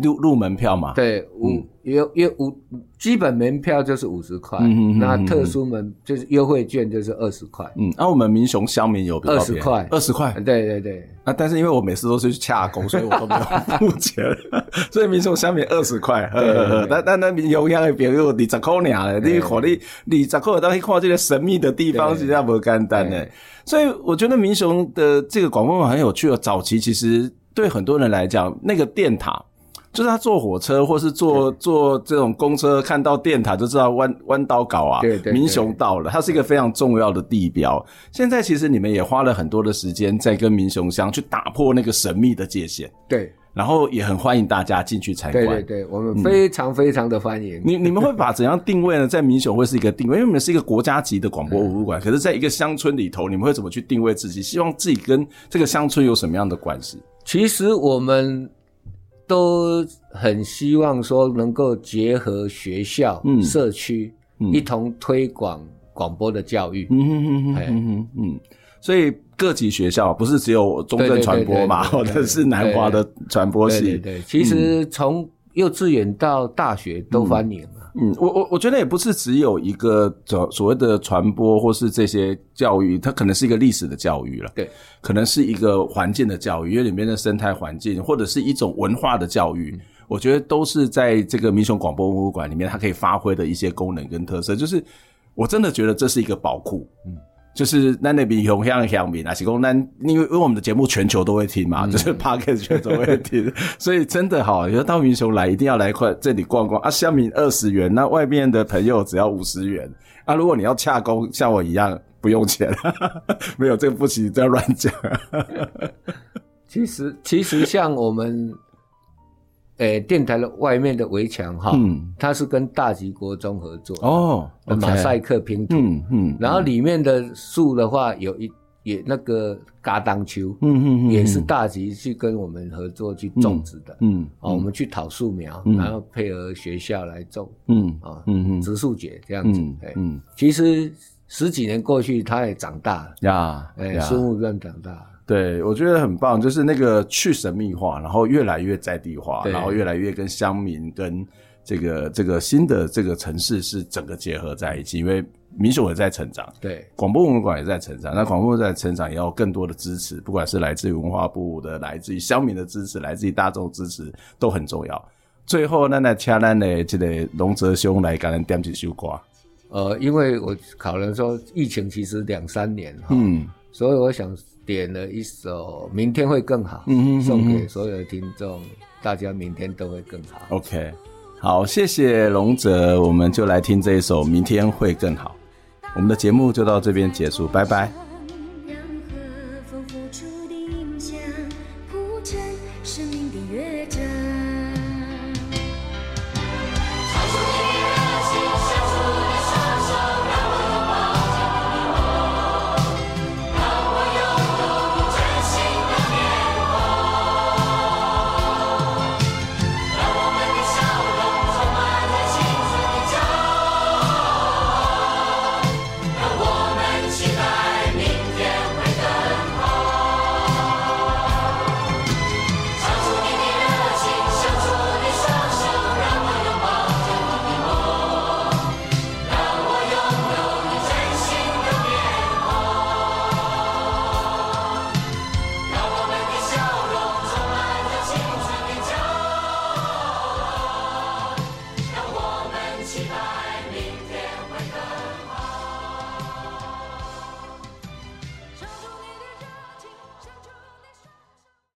B: 入入门票嘛，，
E: 对，
B: 嗯
E: 五有有五基本门票就是五十块
B: 嗯嗯嗯，
E: 那
B: 嗯
E: 特殊门就是优惠券就是二十块。
B: 嗯，那、我们民雄乡民有比较
E: 20块哎
B: 二十块，
E: 对对对，
B: 啊，但是因为我每次都是去洽公，所以我都没有付钱， 所以民雄下面二十块，呵呵呵但但那民雄乡的朋友二十块尔咧，你看你二十块当去看这个神秘的地方，
E: 对
B: 实际上不简单呢
E: 对。
B: 所以我觉得民雄的这个广播网很有趣哦。早期其实对很多人来讲，那个电塔。就是他坐火车或是坐坐这种公车，看到电塔就知道弯弯刀搞啊，
E: 对对
B: 民
E: 对
B: 雄到了，它是一个非常重要的地标。现在其实你们也花了很多的时间在跟民雄乡去打破那个神秘的界限，
E: 对
B: 然后也很欢迎大家进去参观。
E: 对对对，我们非常非常的欢迎。
B: 嗯你你们会把怎样定位呢？在民雄会是一个定位，因为你们是一个国家级的广播博物馆，可是在一个乡村里头，你们会怎么去定位自己？希望自己跟这个乡村有什么样的关系？
E: 其实我们都很希望说能够结合学校、
B: 嗯
E: 社区、
B: 嗯
E: 一同推广广播的教育。
B: 嗯哼哼哼
E: 哎
B: 哼哼嗯，所以各级学校不是只有中正传播嘛，
E: 对
B: 或
E: 对对对对
B: 者是南华的传播
E: 对
B: 系，
E: 对对，其实从幼稚园到大学都欢迎啊。
B: 嗯嗯，我我我觉得也不是只有一个所所谓的传播或是这些教育，它可能是一个历史的教育了，
E: 对，
B: 可能是一个环境的教育，因为里面的生态环境或者是一种文化的教
E: 嗯
B: 育，我觉得都是在这个民雄广播博物馆里面它可以发挥的一些功能跟特色。就是我真的觉得这是一个宝库，就是那那边永乡乡民啊，提供那因为因为我们的节目全球都会听
E: 嗯
B: 嘛，就是 p o d c a s 全球都会 听，所以真的好，有到民雄来一定要来快这里逛逛啊，乡民二十元，那外面的朋友只要五十元啊，如果你要洽工，像我一样不用钱， 没有这个不行，不要乱 讲。
E: 其实其实像我们， 诶、电台的外面的围墙哈，
B: 嗯
E: 它是跟大吉国中合作的
B: 哦
E: 马赛，克拼图，
B: 嗯嗯
E: 然后里面的树的话有一也那个嘎当球，
B: 嗯嗯
E: 也是大吉去跟我们合作去种植的。
B: 嗯
E: 哦，我们去讨树苗，
B: 嗯
E: 然后配合学校来种
B: 嗯
E: 啊，
B: 嗯嗯
E: 植树节这样子。
B: 嗯
E: 哎，
B: 嗯
E: 其实十几年过去，他也长大了，
B: 呀
E: 哎，
B: 呀
E: 树木乱长大了。
B: 对，我觉得很棒，就是那个去神秘化，然后越来越在地化，
E: 对
B: 然后越来越跟乡民跟这个这个新的这个城市是整个结合在一起，因为民雄也在成长。
E: 对
B: 广播文物馆也在成长，那广播文化在成长也要更多的支持，不管是来自于文化部的、来自于乡民的支持、来自于大众支持，都很重要。最后，那那请咱的这个龙泽兄来给咱点几首歌。
E: 呃，因为我考量说疫情其实两三年哈，
B: 嗯，
E: 所以我想点了一首《明天会更好》，
B: 嗯哼
E: 送
B: 嗯
E: 给所有的听众，大家明天都会更好。
B: OK，好，谢谢龙泽，我们就来听这一首《明天会更好》。我们的节目就到这边结束，拜拜。